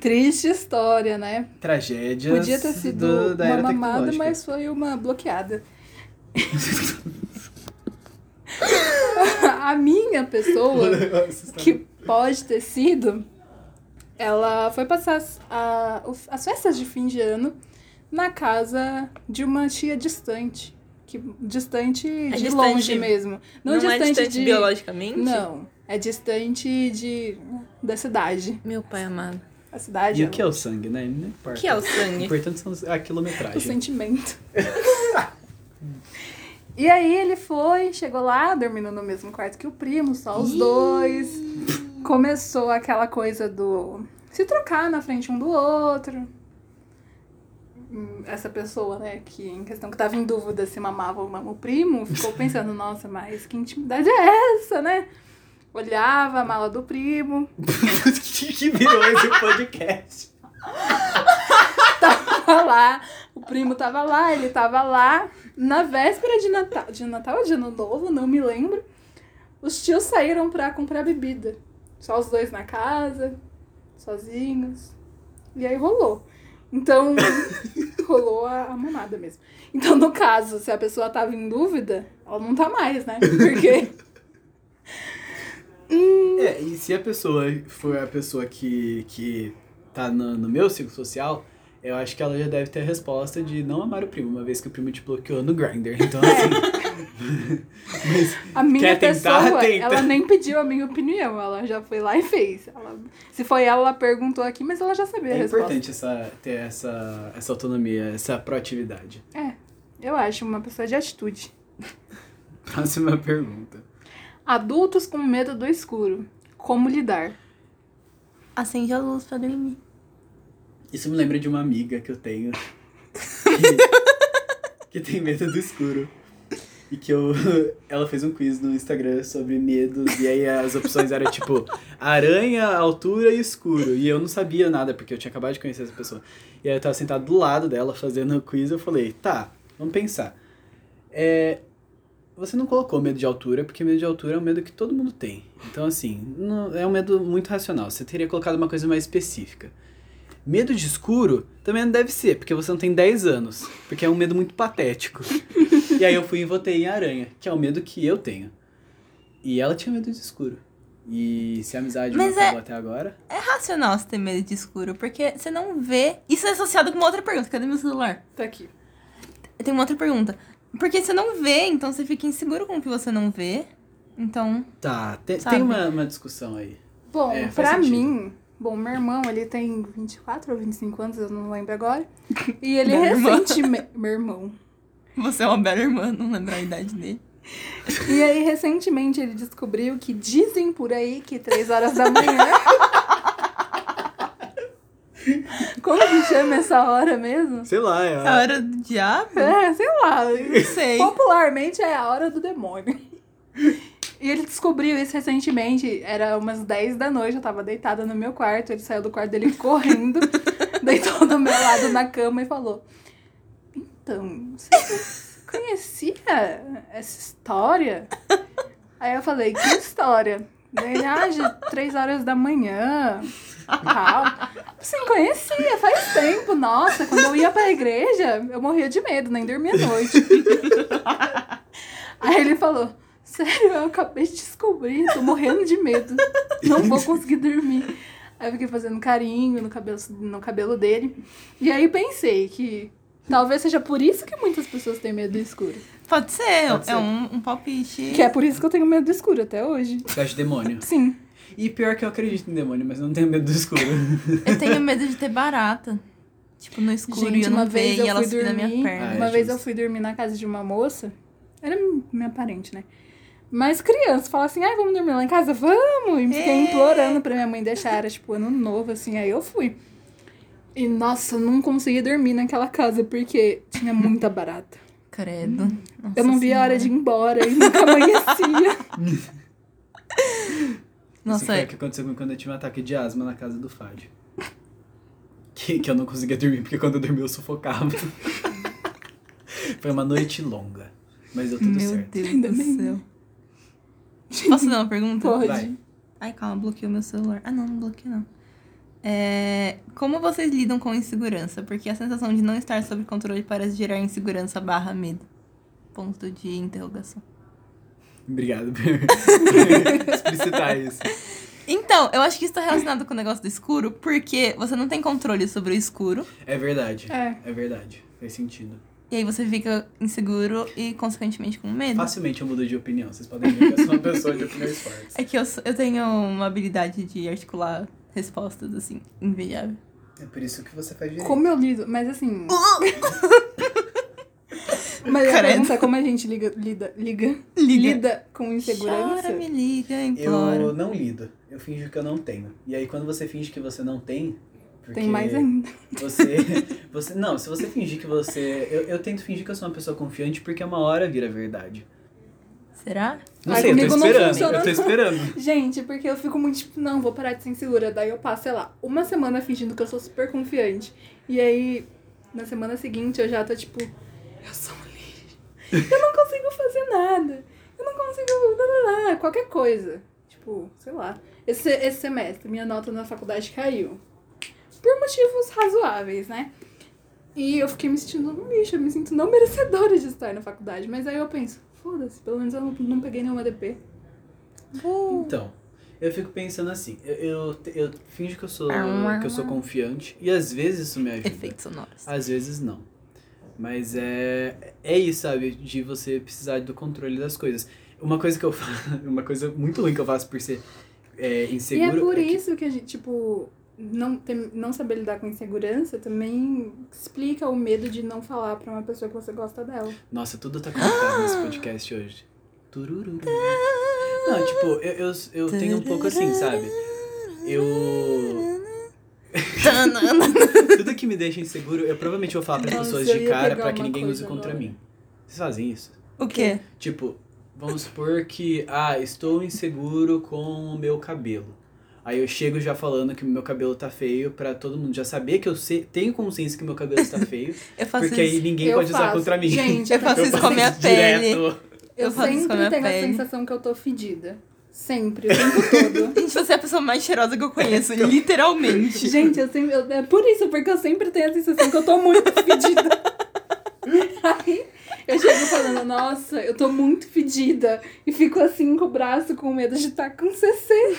Speaker 1: Triste história, né?
Speaker 2: tragédias
Speaker 1: Podia ter sido
Speaker 2: do- da era
Speaker 1: uma mamada,
Speaker 2: tecnológica.
Speaker 1: mas foi uma bloqueada. a minha pessoa, que pode ter sido, ela foi passar as, a- o- as festas de fim de ano na casa de uma tia distante. Que, distante de
Speaker 3: distante.
Speaker 1: longe mesmo. Não,
Speaker 3: Não, é
Speaker 1: distante,
Speaker 3: distante
Speaker 1: de.
Speaker 3: biologicamente?
Speaker 1: Não. É distante de. da cidade.
Speaker 3: Meu pai amado.
Speaker 1: A cidade
Speaker 2: E o que é o sangue, né? Não importa.
Speaker 3: O que é o
Speaker 2: O
Speaker 3: sangue?
Speaker 2: importante são os- a
Speaker 1: O
Speaker 2: quilometragem.
Speaker 1: sentimento. e aí ele foi, chegou lá, dormindo no mesmo quarto que o primo, só os dois. Começou aquela coisa do se trocar na frente um do outro. Hum, Essa pessoa, né, que em questão que tava em dúvida se mamava ou mama o primo, ficou pensando, nossa, mas que intimidade é essa, né? Olhava a mala do primo,
Speaker 2: que que virou esse podcast?
Speaker 1: tava lá, o primo tava lá, ele tava lá. Na véspera de Natal, de Natal ou de Ano Novo, não me lembro, os tios saíram pra comprar bebida. Só os dois na casa, sozinhos. E aí rolou. Então, rolou a, a mamada mesmo. Então, no caso, se a pessoa tava em dúvida, ela não tá mais, né? Porque
Speaker 2: É, e se a pessoa for a pessoa que, que tá no, no meu ciclo social, eu acho que ela já deve ter a resposta de não amar o primo, uma vez que o primo te bloqueou no Grindr. Então, assim. mas
Speaker 1: A minha
Speaker 2: Quer tentar?
Speaker 1: pessoa,
Speaker 2: Tenta.
Speaker 1: ela nem pediu a minha opinião, ela já foi lá e fez. Ela- se foi ela, ela perguntou aqui, mas ela já sabia a
Speaker 2: é
Speaker 1: resposta.
Speaker 2: importante essa, ter essa, essa autonomia, essa proatividade.
Speaker 1: Eu acho uma pessoa de atitude.
Speaker 2: Próxima pergunta.
Speaker 1: Adultos com medo do escuro. Como lidar?
Speaker 3: Acende a luz pra dormir.
Speaker 2: Isso me lembra de uma amiga que eu tenho. que- Que, tem medo do escuro. E que eu. Ela fez um quiz no Instagram sobre medos. E aí as opções eram tipo aranha, altura e escuro. E eu não sabia nada, porque eu tinha acabado de conhecer essa pessoa. E aí eu tava sentado do lado dela fazendo o quiz. Eu falei, tá, vamos pensar. É, Você não colocou medo de altura, porque medo de altura é um medo que todo mundo tem. Então, assim, não- é um medo muito racional. Você teria colocado uma coisa mais específica. Medo de escuro também não deve ser, porque você não tem 10 anos. Porque é um medo muito patético. e aí eu fui e votei em aranha, que é o medo que eu tenho. E ela tinha medo de escuro. E se a amizade
Speaker 3: Mas
Speaker 2: não
Speaker 3: é-
Speaker 2: acabou até agora.
Speaker 3: É racional você ter medo de escuro, porque você não vê. Isso é associado com uma outra pergunta. Cadê meu celular?
Speaker 1: Tá aqui.
Speaker 3: Eu tenho uma outra pergunta. Porque você não vê, então você fica inseguro com o que você não vê. Então.
Speaker 2: Tá, te-
Speaker 3: Sabe.
Speaker 2: tem uma, uma discussão aí.
Speaker 1: Bom,
Speaker 2: É, faz
Speaker 1: pra
Speaker 2: sentido.
Speaker 1: mim, bom, meu irmão, ele tem 24 ou 25 anos, eu não lembro agora. E ele
Speaker 3: Minha irmã.
Speaker 1: recentemente. Meu irmão.
Speaker 3: Você é uma bela irmã, não lembrar a idade dele.
Speaker 1: E aí, recentemente, ele descobriu que dizem por aí que 3 horas da manhã. Como que chama essa hora mesmo?
Speaker 2: Sei lá, é.
Speaker 1: Ah.
Speaker 3: A hora do diabo?
Speaker 1: É, sei lá.
Speaker 3: Não sei.
Speaker 1: Popularmente é a hora do demônio. E ele descobriu isso recentemente, era umas 10 da noite, eu tava deitada no meu quarto, ele saiu do quarto dele correndo, deitou do meu lado na cama e falou: Então, você conhecia essa história? Aí eu falei: Que história? Daí, ah, de três horas da manhã, tal. Sim, conhecia, faz tempo. Nossa, quando eu ia pra igreja, eu morria de medo, nem dormia à noite. Aí ele falou, sério, eu acabei de descobrir, tô morrendo de medo. Não vou conseguir dormir. Aí eu fiquei fazendo carinho no cabelo, no cabelo dele. E aí pensei que talvez seja por isso que muitas pessoas têm medo do escuro.
Speaker 3: Pode ser,
Speaker 2: Pode ser.
Speaker 3: é um, um palpite.
Speaker 1: Que é por isso que eu tenho medo do escuro até hoje.
Speaker 2: Você acha demônio?
Speaker 1: Sim.
Speaker 2: E pior que eu acredito em demônio, mas eu não tenho medo do escuro.
Speaker 3: Eu tenho medo de ter barata. Tipo, no escuro e
Speaker 1: Gente,
Speaker 3: eu não
Speaker 1: uma
Speaker 3: ver
Speaker 1: vez
Speaker 3: e
Speaker 1: eu
Speaker 3: ela
Speaker 1: fui
Speaker 3: subir na minha
Speaker 1: dormir,
Speaker 3: perna.
Speaker 2: Ah, é
Speaker 1: uma vez eu
Speaker 2: justo.
Speaker 1: fui dormir na casa de uma moça, era minha parente, né? Mas criança, fala assim, ai, vamos dormir lá em casa? Vamos! E fiquei
Speaker 3: É.
Speaker 1: implorando pra minha mãe deixar, era tipo ano novo, assim, aí eu fui. E nossa, eu não conseguia dormir naquela casa, porque tinha muita barata.
Speaker 3: Credo. Nossa
Speaker 1: eu não via a hora de ir
Speaker 3: Senhora.
Speaker 1: embora e nunca amanhecia.
Speaker 2: Isso
Speaker 3: Nossa,
Speaker 2: foi
Speaker 3: é.
Speaker 2: o que aconteceu comigo quando eu tive um ataque de asma na casa do Fábio. Que, que eu não conseguia dormir, porque quando eu dormia eu sufocava. Foi uma noite longa, mas deu Tá tudo
Speaker 3: Meu
Speaker 2: certo.
Speaker 3: Deus
Speaker 1: Ainda
Speaker 3: do
Speaker 1: bem. né?
Speaker 3: céu. Posso dar uma pergunta?
Speaker 1: Pode.
Speaker 2: Vai.
Speaker 3: Ai, calma, bloqueou meu celular. Ah, não, não bloqueou não. É, como vocês lidam com insegurança? Porque a sensação de não estar sob controle parece gerar insegurança barra medo. Ponto de interrogação.
Speaker 2: Obrigado por por explicitar isso.
Speaker 3: Então, eu acho que isso tá relacionado com o negócio do escuro, porque você não tem controle sobre o escuro,
Speaker 2: É verdade.
Speaker 1: É.
Speaker 2: É verdade. Faz sentido.
Speaker 3: e aí você fica inseguro e, consequentemente, com medo.
Speaker 2: Facilmente eu mudo de opinião. Vocês podem ver que eu sou uma pessoa de opiniões fortes.
Speaker 3: É que eu, sou- eu tenho uma habilidade de articular respostas, assim, invejável.
Speaker 2: É por isso que você faz direito.
Speaker 1: Como eu lido, mas assim... mas a
Speaker 3: Credo.
Speaker 1: pergunta é como a gente liga, lida, liga, lida com insegurança.
Speaker 3: Chora, me liga, implora.
Speaker 2: Eu não lido. Eu finjo que eu não tenho. E aí quando você finge que você não tem. Porque
Speaker 1: Tem mais ainda.
Speaker 2: Você, você. Não, se você fingir que você. Eu, eu tento fingir que eu sou uma pessoa confiante porque uma hora vira verdade.
Speaker 3: Será?
Speaker 2: Não
Speaker 1: Ai,
Speaker 2: sei, eu tô
Speaker 1: comigo não
Speaker 2: esperando.
Speaker 1: funciona,
Speaker 2: eu tô
Speaker 1: não.
Speaker 2: esperando.
Speaker 1: Gente, porque eu fico muito tipo, não, vou parar de ser insegura. Daí eu passo, sei lá, uma semana fingindo que eu sou super confiante. E aí, na semana seguinte, eu já tô tipo, eu sou um lixo. Eu não consigo fazer nada. Eu não consigo, lá, lá, lá, qualquer coisa. Tipo, sei lá. Esse, esse semestre, minha nota na faculdade caiu. Por motivos razoáveis, né? E eu fiquei me sentindo um lixo, eu me sinto não merecedora de estar na faculdade. Mas aí eu penso, foda-se, pelo menos eu não, não peguei nenhuma DP. Vou
Speaker 2: Então, eu fico pensando assim, eu, eu, te- eu finjo que eu sou
Speaker 3: Ah,
Speaker 2: que eu sou confiante. E às vezes isso me ajuda.
Speaker 3: Efeitos sonoros.
Speaker 2: Às vezes não. Mas é, é isso, sabe? De você precisar do controle das coisas. Uma coisa que eu faço, uma coisa muito ruim que eu faço por ser é,
Speaker 1: E
Speaker 2: inseguro.
Speaker 1: é por
Speaker 2: é que-
Speaker 1: isso que a gente, tipo, não, tem- não saber lidar com insegurança também explica o medo de não falar pra uma pessoa que você gosta dela.
Speaker 2: Nossa, tudo tá conectado nesse podcast hoje. Tururu. Não, tipo, eu, eu, eu tenho um pouco assim, sabe? Eu.
Speaker 3: Tanana.
Speaker 2: Tudo que me deixa inseguro, eu provavelmente vou falar pras
Speaker 1: Nossa,
Speaker 2: pessoas
Speaker 1: eu
Speaker 2: de
Speaker 1: ia
Speaker 2: cara
Speaker 1: pegar
Speaker 2: pra que
Speaker 1: uma
Speaker 2: ninguém use
Speaker 1: coisa
Speaker 2: contra
Speaker 1: agora.
Speaker 2: mim. Vocês fazem isso?
Speaker 3: O quê?
Speaker 2: Tipo, vamos supor que, ah, estou inseguro com o meu cabelo. Aí eu chego já falando que o meu cabelo tá feio pra todo mundo já saber que eu sei, tenho consciência que meu cabelo está feio,
Speaker 3: Eu faço
Speaker 2: porque
Speaker 3: isso.
Speaker 2: aí ninguém
Speaker 1: eu
Speaker 2: pode usar
Speaker 1: faço.
Speaker 2: contra mim.
Speaker 1: Gente,
Speaker 3: Eu
Speaker 1: eu,
Speaker 3: faço
Speaker 2: Eu
Speaker 3: isso
Speaker 1: também.
Speaker 3: com a minha
Speaker 2: faço direto.
Speaker 3: pele.
Speaker 1: Eu
Speaker 3: eu faço isso com a
Speaker 1: sempre
Speaker 3: minha
Speaker 1: tenho a
Speaker 3: pele.
Speaker 1: sensação que eu tô fedida. Sempre, o tempo todo.
Speaker 3: Gente, você é a pessoa mais cheirosa que eu conheço,
Speaker 2: Então.
Speaker 3: literalmente.
Speaker 1: Gente, eu sempre, eu- é por isso, porque eu sempre tenho a sensação que eu tô muito fedida. Aí eu chego falando, nossa, eu tô muito fedida. E fico assim com o braço com medo de estar com CC.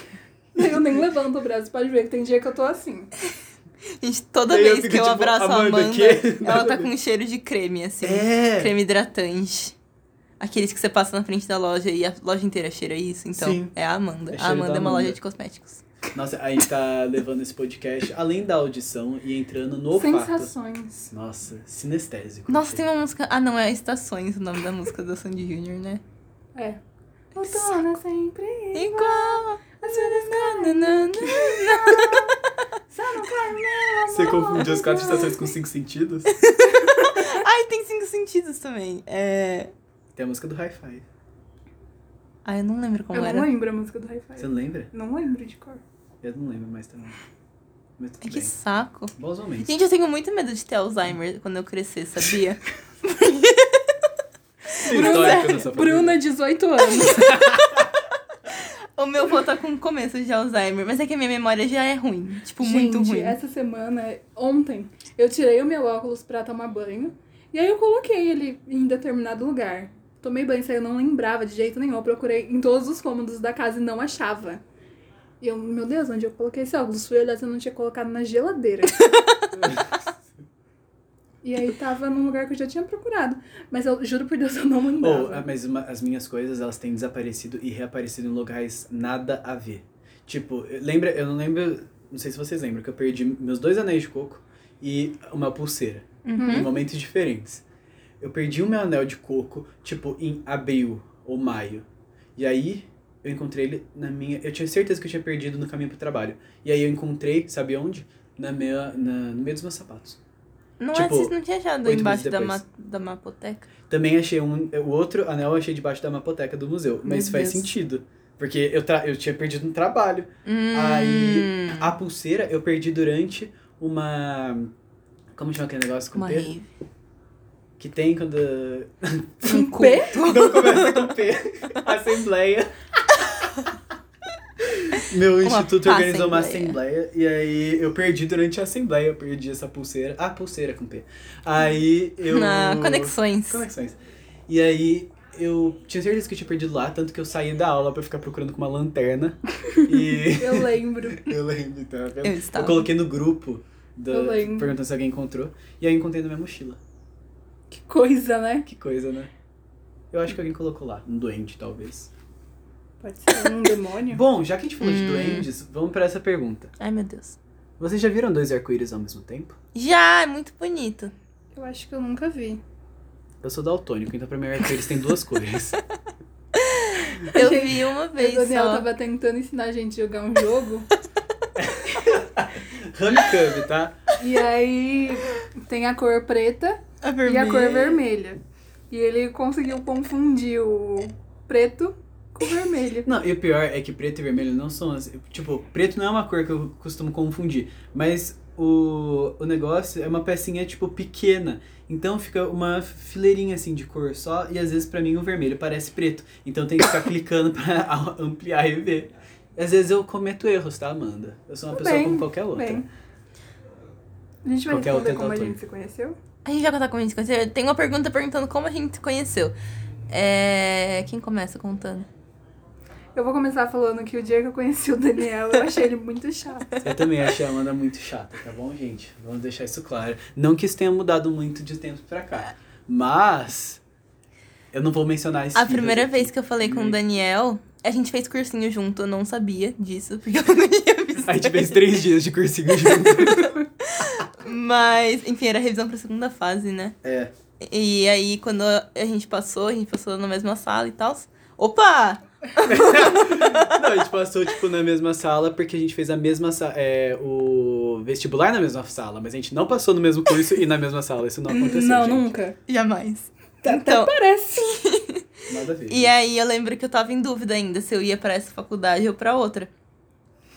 Speaker 1: Daí Eu nem levanto o braço, pode ver que tem dia que eu tô assim.
Speaker 3: Gente, toda
Speaker 2: Aí eu
Speaker 3: vez
Speaker 2: fico,
Speaker 3: que eu
Speaker 2: tipo,
Speaker 3: abraço a
Speaker 2: Amanda,
Speaker 3: Amanda,
Speaker 2: que-
Speaker 3: ela tá com um cheiro de creme, assim.
Speaker 2: É.
Speaker 3: Creme hidratante. Aqueles que você passa na frente da loja e a loja inteira cheira isso. Então,
Speaker 2: Sim.
Speaker 3: é a Amanda.
Speaker 2: É cheiro
Speaker 3: a Amanda
Speaker 2: da
Speaker 3: é uma
Speaker 2: Amanda.
Speaker 3: loja de cosméticos.
Speaker 2: Nossa, a gente tá levando esse podcast além da audição e entrando no fato.
Speaker 1: Sensações.
Speaker 2: Nossa, sinestésico.
Speaker 3: Nossa, tem uma música... Ah, não, é Estações o nome da música da Sandy Junior, né?
Speaker 1: É. Outono sempre.
Speaker 3: Igual...
Speaker 1: As velhas
Speaker 3: Nanana.
Speaker 1: só não cai
Speaker 2: Você confundiu as quatro estações com cinco sentidos?
Speaker 3: Ai, tem cinco sentidos também. É...
Speaker 2: Tem a música do Hi-Fi.
Speaker 3: Ah, eu não lembro como
Speaker 1: Eu
Speaker 3: era.
Speaker 1: não lembro a música do
Speaker 2: Você
Speaker 1: Hi-Fi.
Speaker 2: não lembra?
Speaker 1: Não lembro de cor.
Speaker 2: Eu não lembro mais também. Mas tudo
Speaker 3: Ai, É que
Speaker 2: bem.
Speaker 3: saco.
Speaker 2: Bons momentos.
Speaker 3: Gente, eu tenho muito medo de ter Alzheimer quando eu crescer, sabia?
Speaker 2: Tem histórico nessa família.
Speaker 1: Bruna, 18 anos.
Speaker 3: O meu vô tá com começo de Alzheimer, mas é que a minha memória já é ruim. Tipo,
Speaker 1: Gente,
Speaker 3: muito ruim.
Speaker 1: essa semana, ontem, eu tirei o meu óculos pra tomar banho. E aí eu coloquei ele em determinado lugar. Tomei banho, isso aí eu não lembrava de jeito nenhum. Eu procurei em todos os cômodos da casa e não achava. E eu, meu Deus, onde eu coloquei esse óculos? Fui olhar se eu não tinha colocado na geladeira. e aí tava num lugar que eu já tinha procurado. Mas eu juro por Deus, eu não
Speaker 2: Ou,
Speaker 1: lembrava.
Speaker 2: ah, mas uma- as minhas coisas, elas têm desaparecido e reaparecido em lugares nada a ver. Tipo, eu- lembra, eu não lembro, não sei se vocês lembram, que eu perdi meus dois anéis de coco e uma pulseira. Em momentos diferentes. Eu perdi o meu anel de coco, tipo, em abril ou maio. E aí, eu encontrei ele na minha... Eu tinha certeza que eu tinha perdido no caminho pro trabalho. E aí eu encontrei, sabe onde? Na minha, na- no meio dos meus sapatos.
Speaker 3: Não
Speaker 2: Tipo,
Speaker 3: é, vocês não tinha achado
Speaker 2: oito
Speaker 3: embaixo
Speaker 2: meses
Speaker 3: da,
Speaker 2: depois.
Speaker 3: ma da mapoteca?
Speaker 2: Também achei um. O outro anel eu achei debaixo da mapoteca do museu. Mas
Speaker 3: Meu
Speaker 2: faz
Speaker 3: Deus.
Speaker 2: sentido. Porque eu, tra- eu tinha perdido um trabalho. Aí,
Speaker 3: Hum,
Speaker 2: A pulseira eu perdi durante uma. Como chama aquele negócio com
Speaker 3: uma
Speaker 2: P?
Speaker 3: rave.
Speaker 2: Que tem quando.
Speaker 3: Um
Speaker 1: Um pé?
Speaker 3: culto.
Speaker 2: Não começa com P. Assembleia. Meu
Speaker 3: Uma
Speaker 2: instituto organizou uma
Speaker 3: assembleia.
Speaker 2: assembleia. E aí eu perdi durante a assembleia. Eu perdi essa pulseira. A pulseira com P. Aí eu.
Speaker 3: Na Conexões.
Speaker 2: Conexões. E aí, eu tinha certeza que eu tinha perdido lá, tanto que eu saí da aula pra ficar procurando com uma lanterna. e
Speaker 1: Eu lembro.
Speaker 2: eu lembro, tá vendo?
Speaker 3: Eu estava.
Speaker 2: coloquei no grupo, do,
Speaker 1: Eu lembro.
Speaker 2: perguntando se alguém encontrou. E aí, eu encontrei na minha mochila.
Speaker 1: Que coisa, né?
Speaker 2: Que coisa, né? Eu acho que alguém colocou lá. Um doente, talvez.
Speaker 1: Pode ser um demônio.
Speaker 2: Bom, já que a gente falou de
Speaker 3: Hum.
Speaker 2: duendes, vamos pra essa pergunta.
Speaker 3: Ai, meu Deus.
Speaker 2: Vocês já viram dois arco-íris ao mesmo tempo?
Speaker 3: Já, é muito bonito.
Speaker 1: Eu acho que eu nunca vi.
Speaker 2: Eu sou daltônico, então pra mim arco-íris tem duas cores.
Speaker 3: Eu
Speaker 1: Gente,
Speaker 3: vi uma vez
Speaker 1: O Daniel
Speaker 3: só.
Speaker 1: tava tentando ensinar a gente a jogar um jogo.
Speaker 2: Honeycomb, tá?
Speaker 1: e aí tem a cor preta
Speaker 3: A é
Speaker 1: e a cor vermelha. E ele conseguiu confundir o preto com o vermelho.
Speaker 2: Não, e o pior é que preto e vermelho não são as. Tipo, preto não é uma cor que eu costumo confundir, mas o, o negócio é uma pecinha, tipo, pequena. Então fica uma fileirinha assim de cor só, e às vezes pra mim o vermelho parece preto. Então tem que ficar clicando pra a- ampliar e ver. Às vezes eu cometo erros, tá, Amanda? Eu sou uma
Speaker 1: Tudo
Speaker 2: pessoa
Speaker 1: bem,
Speaker 2: como qualquer outra.
Speaker 1: Bem. A gente vai
Speaker 2: Qualquer
Speaker 1: responder
Speaker 2: outra
Speaker 1: como a
Speaker 2: doutora.
Speaker 1: gente se conheceu?
Speaker 3: A gente já contar como a gente se conheceu. Tem uma pergunta perguntando como a gente se conheceu. É... Quem começa contando?
Speaker 1: Eu vou começar falando que o dia que eu conheci o Daniel, eu achei ele muito chato.
Speaker 2: Eu também achei a Amanda muito chata, tá bom, gente? Vamos deixar isso claro. Não que isso tenha mudado muito de tempo pra cá, mas. Eu não vou mencionar isso.
Speaker 3: A primeira vez que eu falei com o
Speaker 2: Hum.
Speaker 3: Daniel, a gente fez cursinho junto. Eu não sabia disso, porque eu não tinha visto.
Speaker 2: A gente fez três dias de cursinho junto.
Speaker 3: Mas, enfim, era revisão pra segunda fase, né?
Speaker 2: É.
Speaker 3: E aí, quando a gente passou, a gente passou na mesma sala e tal. Opa!
Speaker 2: Não, a gente passou, tipo, na mesma sala, porque a gente fez a mesma sa- é, o vestibular na mesma sala, mas a gente não passou no mesmo curso e na mesma sala. Isso não aconteceu.
Speaker 1: não,
Speaker 2: gente.
Speaker 1: nunca.
Speaker 3: Jamais. Então,
Speaker 1: Parece.
Speaker 2: Nada a ver.
Speaker 1: é
Speaker 3: E aí eu lembro que eu tava em dúvida ainda se eu ia pra essa faculdade ou pra outra.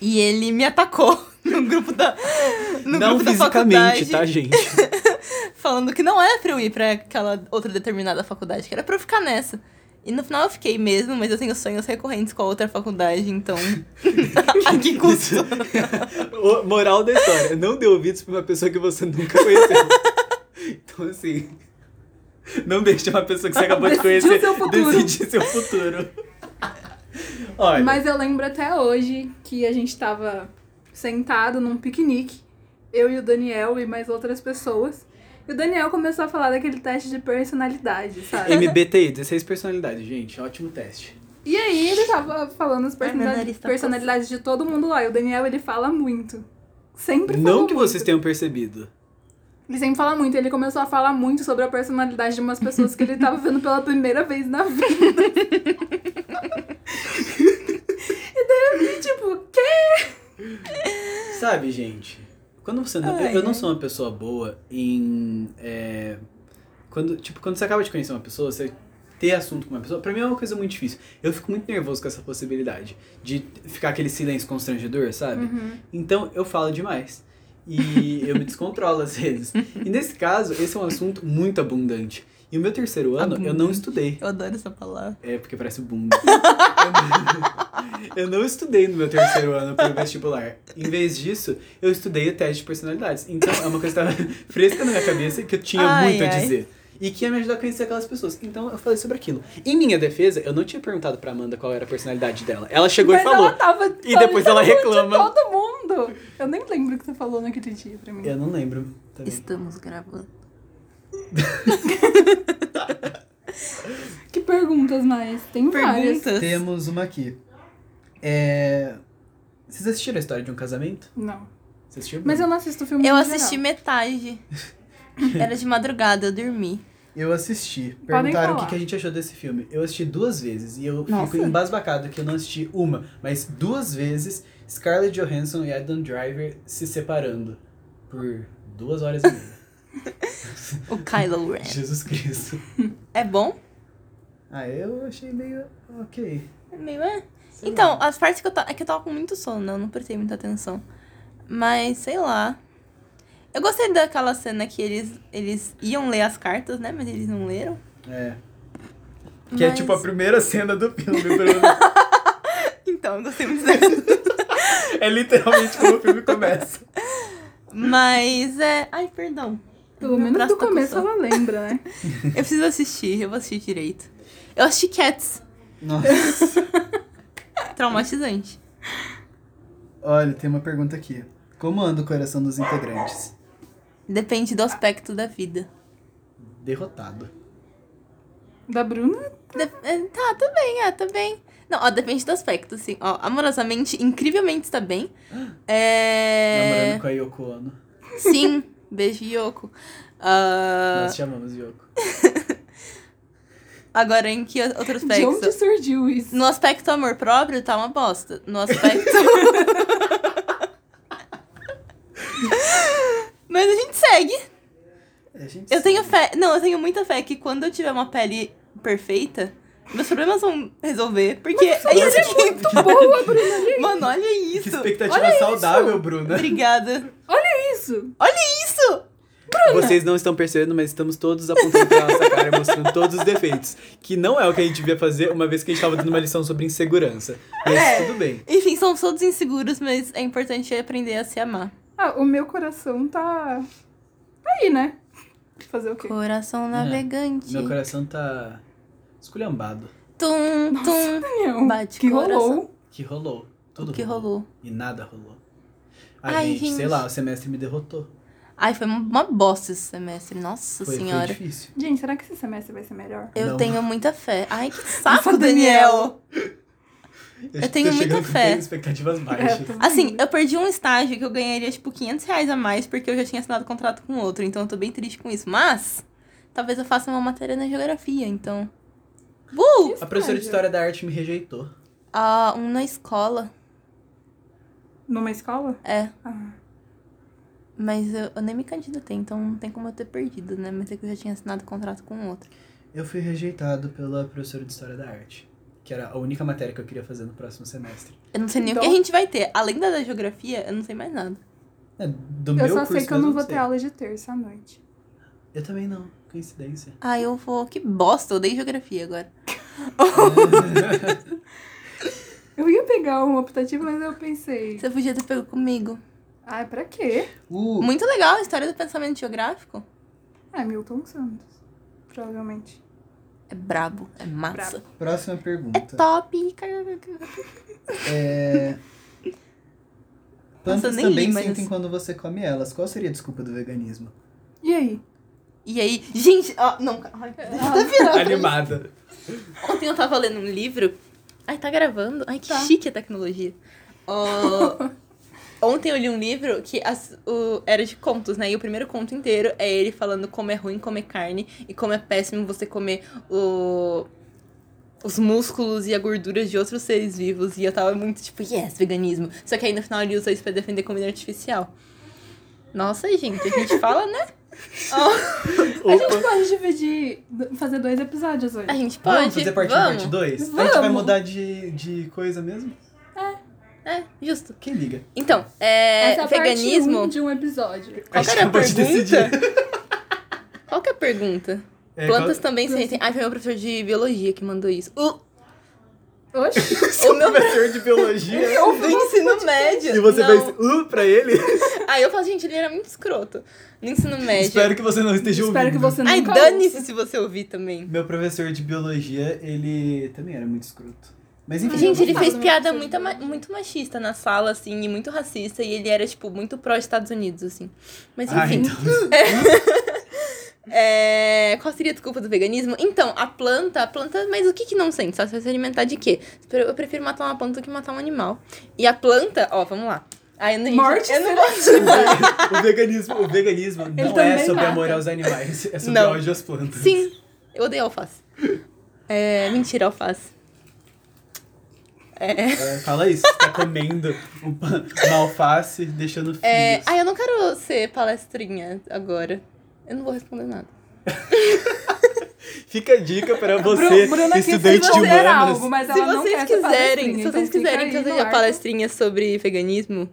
Speaker 3: E ele me atacou no grupo da no
Speaker 2: não
Speaker 3: grupo da
Speaker 2: fisicamente,
Speaker 3: faculdade,
Speaker 2: tá, gente?
Speaker 3: falando que não era pra eu ir pra aquela outra determinada faculdade, que era pra eu ficar nessa. E no final eu fiquei mesmo, mas eu tenho sonhos recorrentes com a outra faculdade, então a que custo?
Speaker 2: O- moral da história, não dê ouvidos pra uma pessoa que você nunca conheceu. Então, assim, não deixe uma pessoa que você acabou de
Speaker 1: Decidir o
Speaker 2: conhecer
Speaker 1: seu futuro.
Speaker 2: decidir seu futuro. Olha,
Speaker 1: Mas eu lembro até hoje que a gente tava sentado num piquenique, eu e o Daniel e mais outras pessoas. E o Daniel começou a falar daquele teste de personalidade, sabe?
Speaker 2: MBTI, 16 personalidades, gente, ótimo teste.
Speaker 1: E aí ele tava falando as
Speaker 3: Ai, meu
Speaker 1: personali-
Speaker 3: nariz tá
Speaker 1: personalidades de todo mundo lá. E o Daniel, ele fala muito. Sempre fala
Speaker 2: Não que
Speaker 1: muito.
Speaker 2: vocês tenham percebido.
Speaker 1: Ele sempre fala muito. Ele começou a falar muito sobre a personalidade de umas pessoas que ele tava vendo pela primeira vez na vida. e daí eu fiquei tipo, quê?
Speaker 2: Sabe, gente, quando você não.
Speaker 3: Ai,
Speaker 2: eu, eu não
Speaker 3: ai.
Speaker 2: sou uma pessoa boa em. é, quando, tipo, quando você acaba de conhecer uma pessoa, você ter assunto com uma pessoa, pra mim é uma coisa muito difícil. Eu fico muito nervoso com essa possibilidade de ficar aquele silêncio constrangedor, sabe? Então eu falo demais. E eu me descontrolo às vezes. E nesse caso, esse é um assunto muito abundante. E E o meu terceiro ano, eu não estudei.
Speaker 3: Eu adoro essa palavra.
Speaker 2: É, porque parece bunda. eu não estudei no meu terceiro ano pro vestibular. Em vez disso, eu estudei o teste de personalidades. Então, é uma coisa que estava fresca na minha cabeça que eu tinha
Speaker 3: Ai,
Speaker 2: muito a
Speaker 3: ai.
Speaker 2: dizer. E que ia me ajudar a conhecer aquelas pessoas. Então, eu falei sobre aquilo. Em minha defesa, eu não tinha perguntado pra Amanda qual era a personalidade dela. Ela chegou
Speaker 1: Mas
Speaker 2: e falou.
Speaker 1: ela tava.
Speaker 2: E depois ela reclama.
Speaker 1: Todo mundo! Eu nem lembro o que você falou naquele dia pra mim.
Speaker 2: Eu não lembro. Tá também.
Speaker 3: Estamos gravando.
Speaker 1: Que perguntas mais? Tem várias.
Speaker 3: Perguntas.
Speaker 2: Temos uma aqui. É... Vocês assistiram a história de um casamento?
Speaker 1: Não.
Speaker 2: Você assistiu?
Speaker 1: Mas eu não assisto filme
Speaker 3: Eu
Speaker 1: no
Speaker 3: assisti
Speaker 1: geral.
Speaker 3: metade. Era de madrugada, eu dormi.
Speaker 2: Eu assisti.
Speaker 1: Podem
Speaker 2: Perguntaram o que,
Speaker 1: falar.
Speaker 2: que a gente achou desse filme. Eu assisti duas vezes e eu
Speaker 1: Nossa.
Speaker 2: fico embasbacado que eu não assisti uma, mas duas vezes Scarlett Johansson e Adam Driver se separando por duas horas e meia.
Speaker 3: O Kylo Ren.
Speaker 2: Jesus Cristo.
Speaker 3: É bom?
Speaker 2: Ah, eu achei meio ok.
Speaker 3: É Meio é.
Speaker 2: Sei
Speaker 3: Então,
Speaker 2: lá.
Speaker 3: as partes que eu tava. É que eu tava com muito sono, eu não prestei muita atenção. Mas, sei lá. Eu gostei daquela cena que eles, eles iam ler as cartas, né? Mas eles não leram.
Speaker 2: É. Que é
Speaker 3: Mas-
Speaker 2: tipo a primeira cena do filme. pelo menos.
Speaker 3: Então, eu gostei muito dessa.
Speaker 2: é literalmente como o filme começa.
Speaker 3: Mas é. Ai, perdão.
Speaker 1: Pelo
Speaker 3: Meu
Speaker 1: menos
Speaker 3: braço
Speaker 1: do
Speaker 3: tá
Speaker 1: começo
Speaker 3: coçando.
Speaker 1: ela lembra, né?
Speaker 3: Eu preciso assistir, eu vou assistir direito. Eu assisti Cats.
Speaker 2: Nossa.
Speaker 3: Traumatizante.
Speaker 2: Olha, tem uma pergunta aqui. Como anda o coração dos integrantes?
Speaker 3: Depende do aspecto da vida.
Speaker 2: Derrotado.
Speaker 1: Da Bruna?
Speaker 3: De- é, Tá, tá bem, é, tá bem. Não, ó, depende do aspecto, assim. Ó, amorosamente, incrivelmente está bem. É.
Speaker 2: Namorando com a Yoko Ono.
Speaker 3: Sim, beijo, Yoko. Ah,
Speaker 2: Nós chamamos Yoko.
Speaker 3: agora, em que outro
Speaker 1: De onde
Speaker 3: aspecto?
Speaker 1: surgiu isso?
Speaker 3: No aspecto amor próprio, tá uma bosta. No aspecto. Mas a gente segue.
Speaker 2: É, gente,
Speaker 3: Eu tenho fé. Não, eu tenho muita fé que quando eu tiver uma pele perfeita, meus problemas vão resolver. Porque é isso aqui.
Speaker 1: Muito boa, Bruna.
Speaker 3: Mano, olha isso.
Speaker 2: Que expectativa saudável, Bruna.
Speaker 3: Obrigada.
Speaker 1: Isso.
Speaker 3: Isso!
Speaker 2: Vocês não estão percebendo, mas estamos todos apontando pra nossa cara e mostrando todos os defeitos. Que não é o que a gente devia fazer, uma vez que a gente tava dando uma lição sobre insegurança. Mas
Speaker 3: É.
Speaker 2: tudo bem.
Speaker 3: Enfim, são todos inseguros, mas é importante aprender a se amar.
Speaker 1: Ah, o meu coração tá. Aí, né? Fazer o quê?
Speaker 3: Coração navegante.
Speaker 2: É, Meu coração tá esculhambado.
Speaker 3: Tum, tum.
Speaker 1: Não.
Speaker 3: Bate
Speaker 1: que
Speaker 3: coração.
Speaker 1: rolou.
Speaker 2: Que rolou. Tudo
Speaker 3: O que rolou?
Speaker 2: E nada rolou. Ai,
Speaker 3: Ai,
Speaker 2: gente,
Speaker 3: gente.
Speaker 2: sei lá, o semestre me derrotou.
Speaker 3: Ai, foi uma bosta esse semestre. Nossa
Speaker 2: Foi, foi
Speaker 3: senhora.
Speaker 2: difícil.
Speaker 1: Gente, será que esse semestre vai ser melhor?
Speaker 3: Eu
Speaker 2: Não.
Speaker 3: tenho muita fé. Ai, que saco,
Speaker 1: Nossa, Daniel.
Speaker 3: Daniel. Eu tenho
Speaker 2: tô chegando
Speaker 3: muita fé.
Speaker 2: com expectativas
Speaker 1: É,
Speaker 2: baixas.
Speaker 1: tô vendo.
Speaker 3: Assim, eu perdi um estágio que eu ganharia, tipo, 500 reais a mais, porque eu já tinha assinado contrato com outro. Então eu tô bem triste com isso. Mas, talvez eu faça uma matéria na geografia, então. Uh!
Speaker 2: A professora de História da Arte me rejeitou.
Speaker 3: Ah, um na escola.
Speaker 1: Numa escola?
Speaker 3: É.
Speaker 1: Ah.
Speaker 3: Mas eu, eu nem me candidatei, então não tem como eu ter perdido, né? Mas é que eu já tinha assinado contrato com outro.
Speaker 2: Eu fui rejeitado pela professora de História da Arte, que era a única matéria que eu queria fazer no próximo semestre.
Speaker 3: Eu não sei nem
Speaker 1: Dó.
Speaker 3: o que a gente vai ter. Além da, da geografia, eu não sei mais nada.
Speaker 2: É, do
Speaker 1: Eu
Speaker 2: meu
Speaker 1: só
Speaker 2: curso,
Speaker 1: sei que eu
Speaker 2: mas
Speaker 1: não vou ter
Speaker 2: sei.
Speaker 1: aula de terça à noite.
Speaker 2: Eu também não, coincidência.
Speaker 3: Ah, eu vou. Que bosta, eu odeio geografia agora.
Speaker 2: Uh,
Speaker 1: Eu ia pegar um optativo, mas eu pensei.
Speaker 3: Você podia ter pego comigo.
Speaker 1: Ai, pra quê?
Speaker 2: Uh,
Speaker 3: Muito legal a história do pensamento geográfico.
Speaker 1: Ah, Milton Santos. Provavelmente.
Speaker 3: É brabo, é massa.
Speaker 2: Próxima
Speaker 3: É
Speaker 2: pergunta.
Speaker 3: top.
Speaker 2: É...
Speaker 3: Nossa, eu nem li, mas- assim.
Speaker 2: quando você come elas. Qual seria a desculpa do veganismo?
Speaker 1: E aí?
Speaker 3: E aí, gente, ó, não, calma. Tá virando.
Speaker 2: Animada.
Speaker 3: Ontem eu tava lendo um livro. Ai, tá gravando? Ai, que
Speaker 1: Tá.
Speaker 3: chique a tecnologia. Ó, Ontem eu li um livro que as- o- era de contos, né? E o primeiro conto inteiro é ele falando como é ruim comer carne e como é péssimo você comer o- os músculos e a gordura de outros seres vivos. E eu tava muito tipo, yes, veganismo. Só que aí no final ele usa isso pra defender comida artificial. Nossa, gente, a gente fala, né?
Speaker 1: A gente pode dividir, fazer dois episódios hoje.
Speaker 3: A gente pode.
Speaker 2: Vamos fazer parte 1
Speaker 3: vamos.
Speaker 2: parte 2? A gente
Speaker 1: Vamos.
Speaker 2: vai mudar de, de coisa mesmo?
Speaker 3: É, justo.
Speaker 2: Quem liga?
Speaker 3: Então, é,
Speaker 1: Essa é a
Speaker 3: veganismo.
Speaker 1: parte um de um episódio.
Speaker 3: Qual
Speaker 2: Acho
Speaker 3: que era a
Speaker 2: acabou de
Speaker 3: pergunta?
Speaker 2: decidir.
Speaker 3: Qual que é a pergunta?
Speaker 2: É,
Speaker 3: Plantas
Speaker 2: qual-
Speaker 3: também sentem. Ai, foi meu professor de biologia que mandou isso. Uh, O,
Speaker 1: Oxi.
Speaker 3: o meu
Speaker 2: professor de biologia.
Speaker 3: do ensino médio.
Speaker 2: é. E você
Speaker 3: não.
Speaker 2: fez uh pra ele?
Speaker 3: Aí eu falo, gente, ele era muito escroto. No ensino médio.
Speaker 2: Espero que você não esteja
Speaker 1: É, Espero que
Speaker 2: ouvindo.
Speaker 1: você não
Speaker 3: Ai, dane-se se você ouvir também.
Speaker 2: Meu professor de biologia, ele também era muito escroto. Mas enfim.
Speaker 3: Gente, ele
Speaker 1: não é
Speaker 3: fez
Speaker 1: falo,
Speaker 3: piada
Speaker 1: não
Speaker 3: muito,
Speaker 1: sei.
Speaker 3: ma- muito machista na sala, assim, e muito racista, e ele era, tipo, muito pró-Estados Unidos, assim. Mas
Speaker 2: Ah,
Speaker 3: enfim.
Speaker 2: então.
Speaker 3: É, Qual seria a desculpa do veganismo? Então, a planta, a planta, mas o que que não sente? Só se se alimentar de quê? Eu prefiro matar uma planta do que matar um animal. E a planta, ó, vamos lá. Ai, eu não-
Speaker 1: Morte
Speaker 3: eu não
Speaker 2: o veganismo, o veganismo não é
Speaker 1: também
Speaker 2: sobre
Speaker 1: mata.
Speaker 2: amor aos animais, é sobre
Speaker 3: Não.
Speaker 2: ódio às plantas.
Speaker 3: Sim, eu odeio alface. É, mentira, alface.
Speaker 2: É, fala isso, você tá comendo um pa- uma alface, deixando fios.
Speaker 3: É, ai, eu não quero ser palestrinha agora. Eu não vou responder nada.
Speaker 2: Fica a dica para você,
Speaker 1: Bru- Bruna quis
Speaker 2: estudante de
Speaker 1: fazer
Speaker 2: humanas.
Speaker 1: algo, mas
Speaker 3: se
Speaker 1: ela não
Speaker 3: vocês
Speaker 1: quer ser
Speaker 3: quiserem,
Speaker 1: palestrinha,
Speaker 3: se vocês
Speaker 1: então fica
Speaker 3: quiserem que eu
Speaker 1: aí no
Speaker 3: seja
Speaker 1: ar.
Speaker 3: palestrinha sobre veganismo,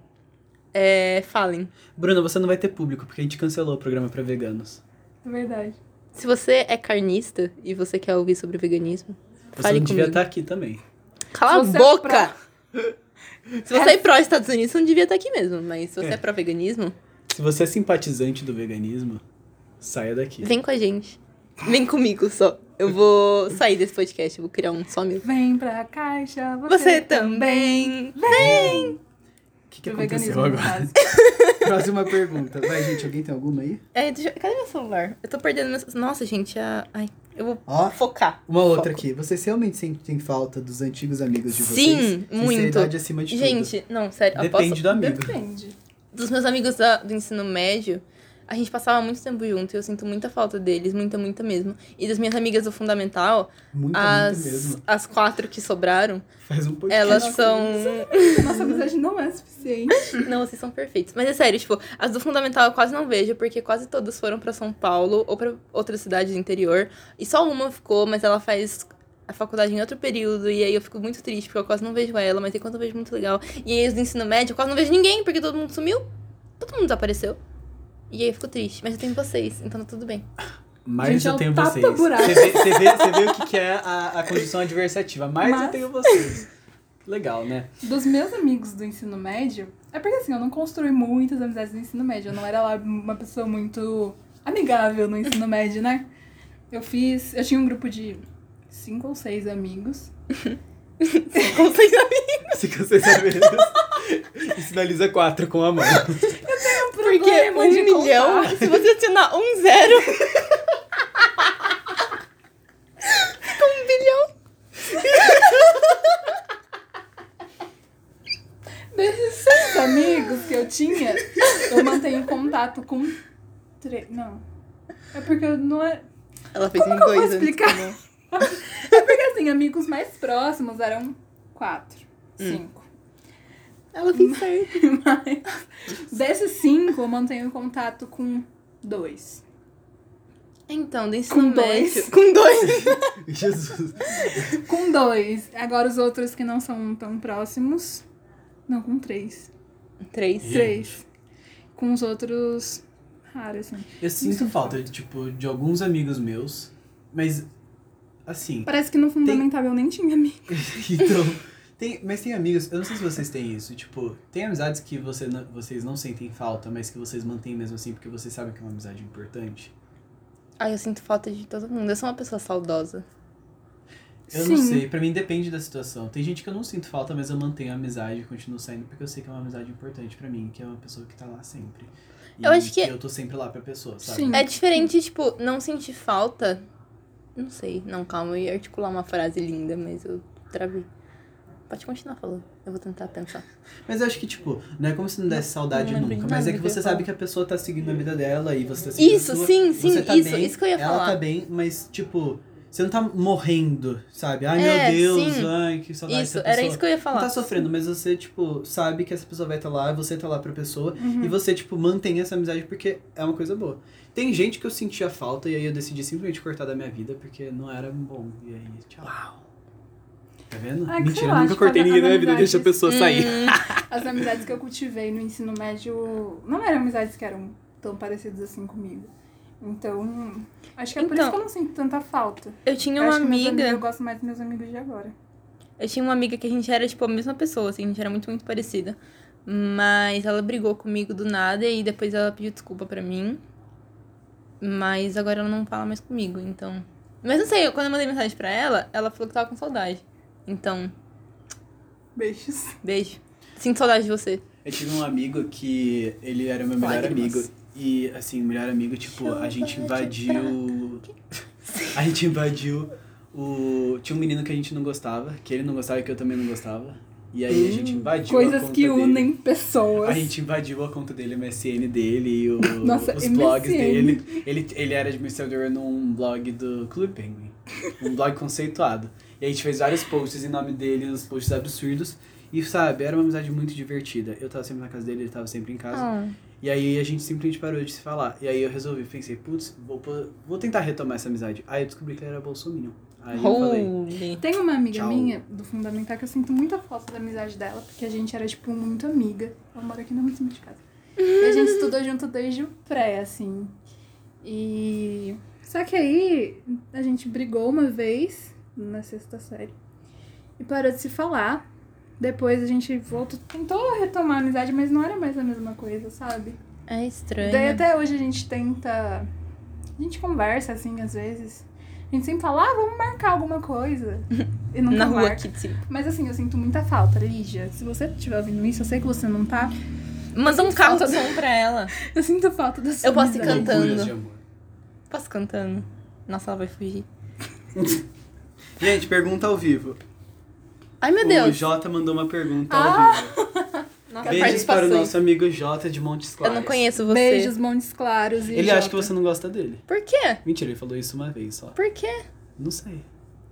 Speaker 3: é, falem.
Speaker 2: Bruna, você não vai ter público, porque a gente cancelou o programa pra veganos.
Speaker 1: Verdade.
Speaker 3: Se você é carnista e você quer ouvir sobre veganismo,
Speaker 2: Você
Speaker 3: fale
Speaker 2: não devia
Speaker 3: comigo.
Speaker 2: estar aqui também.
Speaker 3: Cala
Speaker 1: Se
Speaker 3: a
Speaker 1: você é
Speaker 3: boca! Se você é pró-Estados Unidos, você não devia estar aqui mesmo. Mas se você é,
Speaker 2: É.
Speaker 3: pró-veganismo,
Speaker 2: Se você é simpatizante do veganismo, saia daqui.
Speaker 3: vem com a gente. Vem comigo só. Eu vou sair desse podcast, eu vou criar um só meu.
Speaker 1: Vem pra caixa, você,
Speaker 3: Você tá- também!
Speaker 2: O que, que
Speaker 1: Pro
Speaker 2: aconteceu
Speaker 1: veganismo, no
Speaker 2: agora?
Speaker 1: caso.
Speaker 2: Próxima pergunta. Vai, gente, alguém tem alguma aí?
Speaker 3: É, deixa eu- Cadê meu celular? Eu tô perdendo meu... Nossa, gente, a... ai, eu vou
Speaker 2: Ó.
Speaker 3: focar.
Speaker 2: Uma outra
Speaker 3: Foco.
Speaker 2: aqui. Vocês realmente sentem falta dos antigos amigos de vocês?
Speaker 3: Sim, muito.
Speaker 2: Sinceridade acima de tudo.
Speaker 3: Gente, não, sério. eu
Speaker 2: Depende
Speaker 3: posso-
Speaker 2: do amigo.
Speaker 1: Depende.
Speaker 3: Dos meus amigos da- do ensino médio, a gente passava muito tempo junto e eu sinto muita falta deles, muita, muita mesmo. E das minhas amigas do fundamental,
Speaker 2: Muito, muito
Speaker 3: as,
Speaker 2: mesmo.
Speaker 3: as quatro que sobraram,
Speaker 2: Faz um podcast.
Speaker 3: elas
Speaker 1: nossa,
Speaker 2: é-
Speaker 3: são.
Speaker 1: Nossa amizade não é suficiente.
Speaker 3: Não, vocês são perfeitos. Mas é sério, tipo, as do fundamental eu quase não vejo, porque quase todas foram pra São Paulo ou pra outras cidades do interior. E só uma ficou, mas ela faz a faculdade em outro período. E aí eu fico muito triste, porque eu quase não vejo ela, mas enquanto eu vejo muito legal. E aí os do ensino médio eu quase não vejo ninguém, porque todo mundo sumiu. Todo mundo desapareceu. E aí eu fico triste. Mas eu tenho vocês, então tá tudo bem.
Speaker 2: Mas
Speaker 1: Gente, é
Speaker 2: eu
Speaker 1: um
Speaker 2: tenho
Speaker 1: tapa
Speaker 2: vocês.
Speaker 1: buraco.
Speaker 2: Você vê, você vê- você vê o que, que é a, a condição adversativa. Mas, eu
Speaker 1: Mas-
Speaker 2: tenho vocês. Legal, né?
Speaker 1: Dos meus amigos do ensino médio, é porque assim, eu não construí muitas amizades no ensino médio. Eu não era lá uma pessoa muito amigável no ensino médio, né? Eu fiz. Eu tinha um grupo de cinco ou seis amigos.
Speaker 2: Se vocês é saberem. E sinaliza quatro com a mão.
Speaker 3: Porque
Speaker 1: problema
Speaker 3: um
Speaker 1: de
Speaker 3: milhão, se você adicionar um zero. Fica um bilhão.
Speaker 1: Desses seis amigos que eu tinha, eu mantenho contato com três. Não. É porque eu não é.
Speaker 3: Ela fez
Speaker 1: Como
Speaker 3: um
Speaker 1: que eu vou
Speaker 3: dois antes,
Speaker 1: explicar?
Speaker 3: tá bom?
Speaker 1: É porque assim, amigos mais próximos eram
Speaker 3: Hum.
Speaker 1: quatro, cinco.
Speaker 3: Ela fez certo.
Speaker 1: Mas desses cinco, eu mantenho contato com dois.
Speaker 3: Então, do ensino
Speaker 1: Com
Speaker 3: médio.
Speaker 1: dois.
Speaker 3: Com dois.
Speaker 2: Jesus.
Speaker 1: Com dois. Agora os outros que não são tão próximos. Não, com três.
Speaker 3: Três.
Speaker 2: Gente.
Speaker 1: Três. Com os outros. Raro, assim.
Speaker 2: Eu sinto falta, tipo, de alguns amigos meus. Mas, assim.
Speaker 1: Parece que no fundamental eu nem tinha amigo.
Speaker 2: Então, tem, mas tem amigos, eu não sei se vocês têm isso, tipo, tem amizades que você não- vocês não sentem falta, mas que vocês mantêm mesmo assim porque vocês sabem que é uma amizade importante.
Speaker 3: Ai, eu sinto falta de todo mundo. Eu sou uma pessoa saudosa.
Speaker 2: Eu
Speaker 1: Sim.
Speaker 2: não sei, pra mim depende da situação. Tem gente que eu não sinto falta, mas eu mantenho a amizade e continuo saindo porque eu sei que é uma amizade importante pra mim, que é uma pessoa que tá lá sempre. E
Speaker 3: Eu acho que-
Speaker 2: eu tô sempre lá pra pessoa, sabe?
Speaker 1: Sim.
Speaker 3: É diferente, tipo, não sentir falta. Não sei. Não, calma, eu ia articular uma frase linda, mas eu travei. Pode continuar falando. Eu vou tentar pensar.
Speaker 2: Mas eu acho que, tipo, não é como se não desse saudade
Speaker 3: não lembro
Speaker 2: nunca,
Speaker 3: de
Speaker 2: mas
Speaker 3: nada
Speaker 2: é que
Speaker 3: do que eu
Speaker 2: você
Speaker 3: ia
Speaker 2: sabe
Speaker 3: falar.
Speaker 2: que a pessoa tá seguindo a vida dela e você tá seguindo a
Speaker 3: Isso,
Speaker 2: sua,
Speaker 3: sim, sim,
Speaker 2: Você tá
Speaker 3: isso,
Speaker 2: bem,
Speaker 3: isso que eu ia
Speaker 2: ela
Speaker 3: falar.
Speaker 2: tá bem, mas tipo, você não tá morrendo, sabe? Ai,
Speaker 3: É,
Speaker 2: meu Deus,
Speaker 3: sim.
Speaker 2: ai, que saudade
Speaker 3: Isso,
Speaker 2: dessa
Speaker 3: era
Speaker 2: pessoa.
Speaker 3: isso que eu ia falar.
Speaker 2: Não tá sofrendo, mas você, tipo, sabe que essa pessoa vai estar tá lá, você tá lá pra pessoa,
Speaker 3: Uhum.
Speaker 2: e você, tipo, mantém essa amizade porque é uma coisa boa. Tem gente que eu sentia falta e aí eu decidi simplesmente cortar da minha vida porque não era bom. E aí, tchau. Tá vendo?
Speaker 1: Ah, que sei
Speaker 2: Mentira,
Speaker 1: lá,
Speaker 2: eu nunca
Speaker 1: acho
Speaker 2: cortei
Speaker 1: que
Speaker 2: ninguém da minha
Speaker 1: as
Speaker 2: vida, deixa a
Speaker 1: amizades-
Speaker 2: pessoa sair.
Speaker 3: Hum.
Speaker 1: As amizades que eu cultivei no ensino médio não eram amizades que eram tão parecidas assim comigo. Então, acho que é por
Speaker 3: Então-
Speaker 1: isso que eu não sinto tanta falta.
Speaker 3: Eu tinha
Speaker 1: Eu
Speaker 3: uma
Speaker 1: acho que meus amigos-
Speaker 3: amiga.
Speaker 1: eu gosto mais dos meus amigos de agora.
Speaker 3: Eu tinha uma amiga que a gente era, tipo, a mesma pessoa, assim, a gente era muito, muito parecida. Mas ela brigou comigo do nada e depois ela pediu desculpa pra mim. Mas agora ela não fala mais comigo, então. Mas não sei, eu- quando eu mandei mensagem pra ela, ela falou que tava com saudade. Então,
Speaker 1: Beijos.
Speaker 3: beijo. Sinto saudade de você.
Speaker 2: Eu tive um amigo que ele era meu melhor
Speaker 3: Lágrimas.
Speaker 2: amigo. E, assim, o melhor amigo, tipo, a gente invadiu. A gente invadiu o. Tinha um menino que a gente não gostava, que ele não gostava e que eu também não gostava. E aí a gente invadiu. a
Speaker 1: Hum, Coisas
Speaker 2: conta
Speaker 1: que
Speaker 2: dele.
Speaker 1: unem pessoas.
Speaker 2: A gente invadiu a conta dele, o MSN dele e o-
Speaker 1: Nossa,
Speaker 2: os
Speaker 1: MSN.
Speaker 2: blogs dele. Ele, ele era administrador num blog do Clube Penguin. Um blog conceituado. E a gente fez vários posts em nome dele, uns posts absurdos. E sabe, era uma amizade muito divertida. Eu tava sempre na casa dele, ele tava sempre em casa.
Speaker 3: Ah.
Speaker 2: E aí a gente simplesmente parou de se falar. E aí eu resolvi, pensei, putz, vou, pô- vou tentar retomar essa amizade. Aí eu descobri que ele era bolsominion. Aí eu falei,
Speaker 3: Holy.
Speaker 1: Tem uma amiga
Speaker 2: Tchau.
Speaker 1: minha do Fundamental que eu sinto muita falta da amizade dela, porque a gente era, tipo, muito amiga. Ela mora aqui na mesma de casa. E a gente estudou junto desde o pré, assim. E. Só que aí a gente brigou uma vez na sexta série e parou de se falar. Depois a gente voltou, tentou retomar a amizade, mas não era mais a mesma coisa, sabe?
Speaker 3: É estranho.
Speaker 1: Daí até hoje a gente tenta. A gente conversa assim, às vezes. A gente sempre fala, ah, vamos marcar alguma coisa. E nunca
Speaker 3: Na rua
Speaker 1: marca.
Speaker 3: aqui, tipo.
Speaker 1: Mas assim, eu sinto muita falta, Lígia. Se você estiver ouvindo isso, eu sei que você não tá.
Speaker 3: Manda um carro
Speaker 1: falta-
Speaker 3: som pra ela.
Speaker 1: Eu sinto falta da sua
Speaker 3: Eu posso ir
Speaker 1: amizade.
Speaker 3: cantando.
Speaker 2: "Loucuras de amor."
Speaker 3: Posso cantando? Nossa, ela vai fugir.
Speaker 2: Gente, pergunta ao vivo.
Speaker 3: Ai, meu
Speaker 2: O
Speaker 3: Deus.
Speaker 2: Jota mandou uma pergunta
Speaker 1: Ah!
Speaker 2: ao vivo.
Speaker 3: Nossa,
Speaker 2: Beijos para o
Speaker 3: participações.
Speaker 2: nosso amigo Jota de Montes
Speaker 3: Eu
Speaker 2: Claros.
Speaker 3: não conheço você.
Speaker 1: Beijos, Montes Claros. E
Speaker 2: Ele acha que
Speaker 1: Jota.
Speaker 2: você não gosta dele.
Speaker 3: Por quê?
Speaker 2: Mentira, ele falou isso uma vez só.
Speaker 3: Por quê?
Speaker 2: Não sei.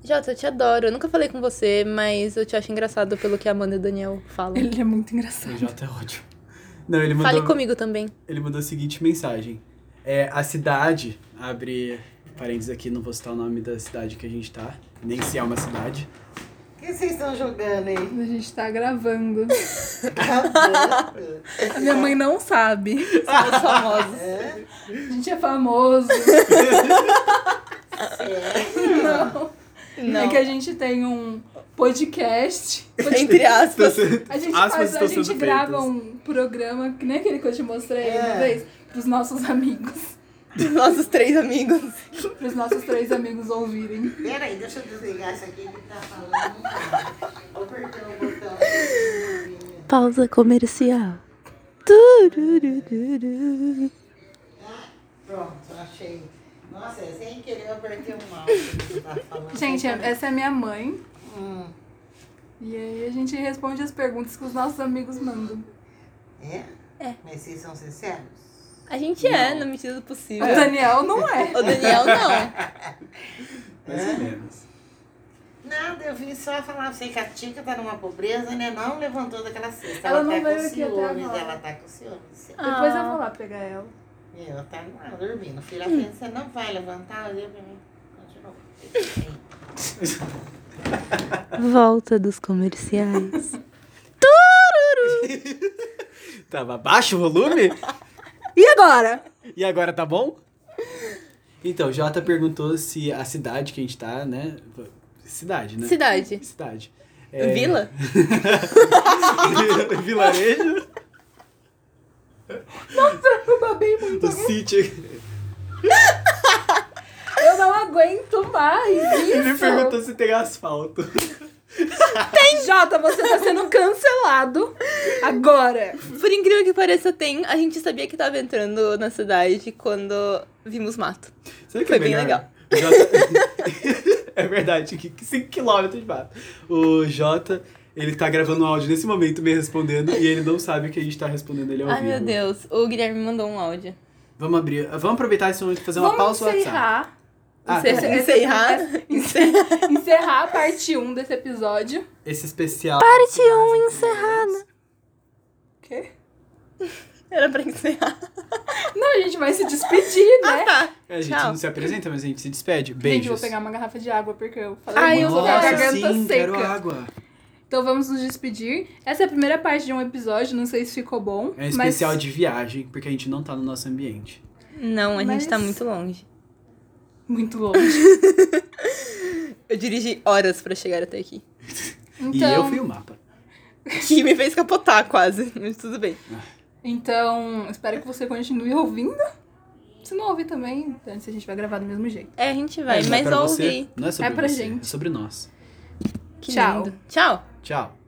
Speaker 3: Jota, eu te adoro. Eu nunca falei com você, mas eu te acho engraçado pelo que a Amanda e o Daniel falam.
Speaker 1: Ele é muito
Speaker 2: O
Speaker 1: engraçado.
Speaker 2: Jota é ótimo. Não, ele
Speaker 3: Fale
Speaker 2: mandou, um
Speaker 3: comigo também.
Speaker 2: ele mandou a seguinte mensagem. É, a cidade, abre parênteses aqui, não vou citar o nome da cidade que a gente tá, nem se é uma cidade.
Speaker 4: O que vocês estão jogando aí? Tá
Speaker 1: A gente tá gravando.
Speaker 4: Acabando.
Speaker 1: A minha mãe não sabe.
Speaker 3: Somos famosos.
Speaker 4: Hã?
Speaker 1: A gente é famoso.
Speaker 4: Sério?
Speaker 1: Não.
Speaker 3: Não.
Speaker 1: É que a gente tem um podcast.
Speaker 3: Entre aspas.
Speaker 1: A gente,
Speaker 2: Aspas
Speaker 1: faz,
Speaker 2: estão
Speaker 1: a gente
Speaker 2: sendo
Speaker 1: grava
Speaker 2: feitas.
Speaker 1: um programa, que nem aquele que eu te mostrei
Speaker 4: É.
Speaker 1: uma vez, pros nossos amigos,
Speaker 3: Dos nossos três amigos.
Speaker 1: pros nossos três amigos ouvirem.
Speaker 4: Peraí, deixa eu desligar isso aqui que tá falando. Vou apertar o botão.
Speaker 3: Pausa comercial.
Speaker 4: Pronto, achei. Nossa, é sem querer eu apertei o mouse que tá falando.
Speaker 1: Gente, essa é minha mãe.
Speaker 4: Hum,
Speaker 1: E aí a gente responde as perguntas que os nossos amigos mandam.
Speaker 4: é?
Speaker 3: É.
Speaker 4: Mas vocês são sinceros?
Speaker 3: A gente é, na medida do possível.
Speaker 1: O Daniel não é.
Speaker 3: O Daniel não.
Speaker 2: Mais ou menos.
Speaker 4: Nada, eu vim só falar pra você que a Tica tá numa pobreza, né? Não levantou daquela cesta.
Speaker 1: Ela
Speaker 4: Ela,
Speaker 1: não
Speaker 4: tá
Speaker 1: veio
Speaker 4: com
Speaker 1: aqui até
Speaker 4: ciúmes,
Speaker 1: agora.
Speaker 4: ela tá com ciúmes.
Speaker 1: Depois eu vou lá pegar ela.
Speaker 4: Eu tá lá dormindo. Filha, hum. você não vai levantar, olha pra mim. Continua.
Speaker 3: Volta dos comerciais.
Speaker 2: Tava baixo o volume?
Speaker 1: E agora?
Speaker 2: E agora tá bom? Então, o Jota perguntou se a cidade que a gente tá, né? Cidade, né?
Speaker 3: Cidade.
Speaker 2: Cidade. É,
Speaker 3: Vila?
Speaker 2: Vilarejo?
Speaker 1: Eu babei muito.
Speaker 2: O sítio.
Speaker 1: Eu não aguento mais isso.
Speaker 2: Ele perguntou se tem asfalto.
Speaker 1: Tem Jota, você tá sendo cancelado agora.
Speaker 3: Por incrível que pareça, tem. A gente sabia que tava entrando na cidade quando vimos mato.
Speaker 2: Sabe o que
Speaker 3: Foi
Speaker 2: é
Speaker 3: bem
Speaker 2: melhor?
Speaker 3: legal.
Speaker 2: O Jota- é verdade, 5km de mato. O Jota, ele tá gravando um áudio nesse momento, me respondendo, e ele não sabe que a gente tá respondendo ele ao
Speaker 3: Ai,
Speaker 2: vivo.
Speaker 3: meu Deus. O Guilherme mandou um áudio.
Speaker 2: Vamos abrir, vamos aproveitar esse momento e fazer uma
Speaker 1: Vamos
Speaker 2: pausa no WhatsApp.
Speaker 1: encerrar.
Speaker 2: Ah, tá.
Speaker 1: Encerra-
Speaker 3: Encerrar.
Speaker 1: encerrar a parte 1 desse episódio.
Speaker 2: esse especial. Parte 1 encerrada.
Speaker 1: O quê?
Speaker 3: Era pra encerrar.
Speaker 1: É? Não, a gente vai se despedir, né?
Speaker 3: Tá.
Speaker 2: É, A gente
Speaker 3: Tchau.
Speaker 2: não se apresenta, mas a gente se despede. Ah, Beijos.
Speaker 1: Gente, eu vou pegar uma garrafa de água porque eu falei
Speaker 3: Ai,
Speaker 1: muito,
Speaker 3: eu
Speaker 1: eu
Speaker 3: vou
Speaker 1: tô com
Speaker 2: Nossa,
Speaker 1: a
Speaker 3: pegar.
Speaker 1: garganta
Speaker 2: sim,
Speaker 1: seca.
Speaker 2: quero água.
Speaker 1: Então vamos nos despedir. Essa é a primeira parte de um episódio, não sei se ficou bom.
Speaker 2: É um especial
Speaker 1: mas...
Speaker 2: de viagem, porque a gente não tá no nosso ambiente.
Speaker 3: Não, a
Speaker 1: Mas-
Speaker 3: gente tá muito longe.
Speaker 1: Muito longe.
Speaker 3: Eu dirigi horas pra chegar até aqui.
Speaker 1: Então,
Speaker 2: E eu fui o mapa.
Speaker 3: Que me fez capotar quase, mas tudo bem.
Speaker 1: então, espero que você continue ouvindo. Se não ouvir também, antes a gente vai gravar do mesmo jeito.
Speaker 3: É, a gente vai,
Speaker 2: Não é
Speaker 3: mas
Speaker 2: pra
Speaker 3: ouve.
Speaker 2: você, Não é sobre
Speaker 1: É pra
Speaker 2: você,
Speaker 1: gente.
Speaker 2: é sobre nós.
Speaker 3: Que
Speaker 1: Tchau.
Speaker 3: lindo. Tchau.
Speaker 2: Tchau.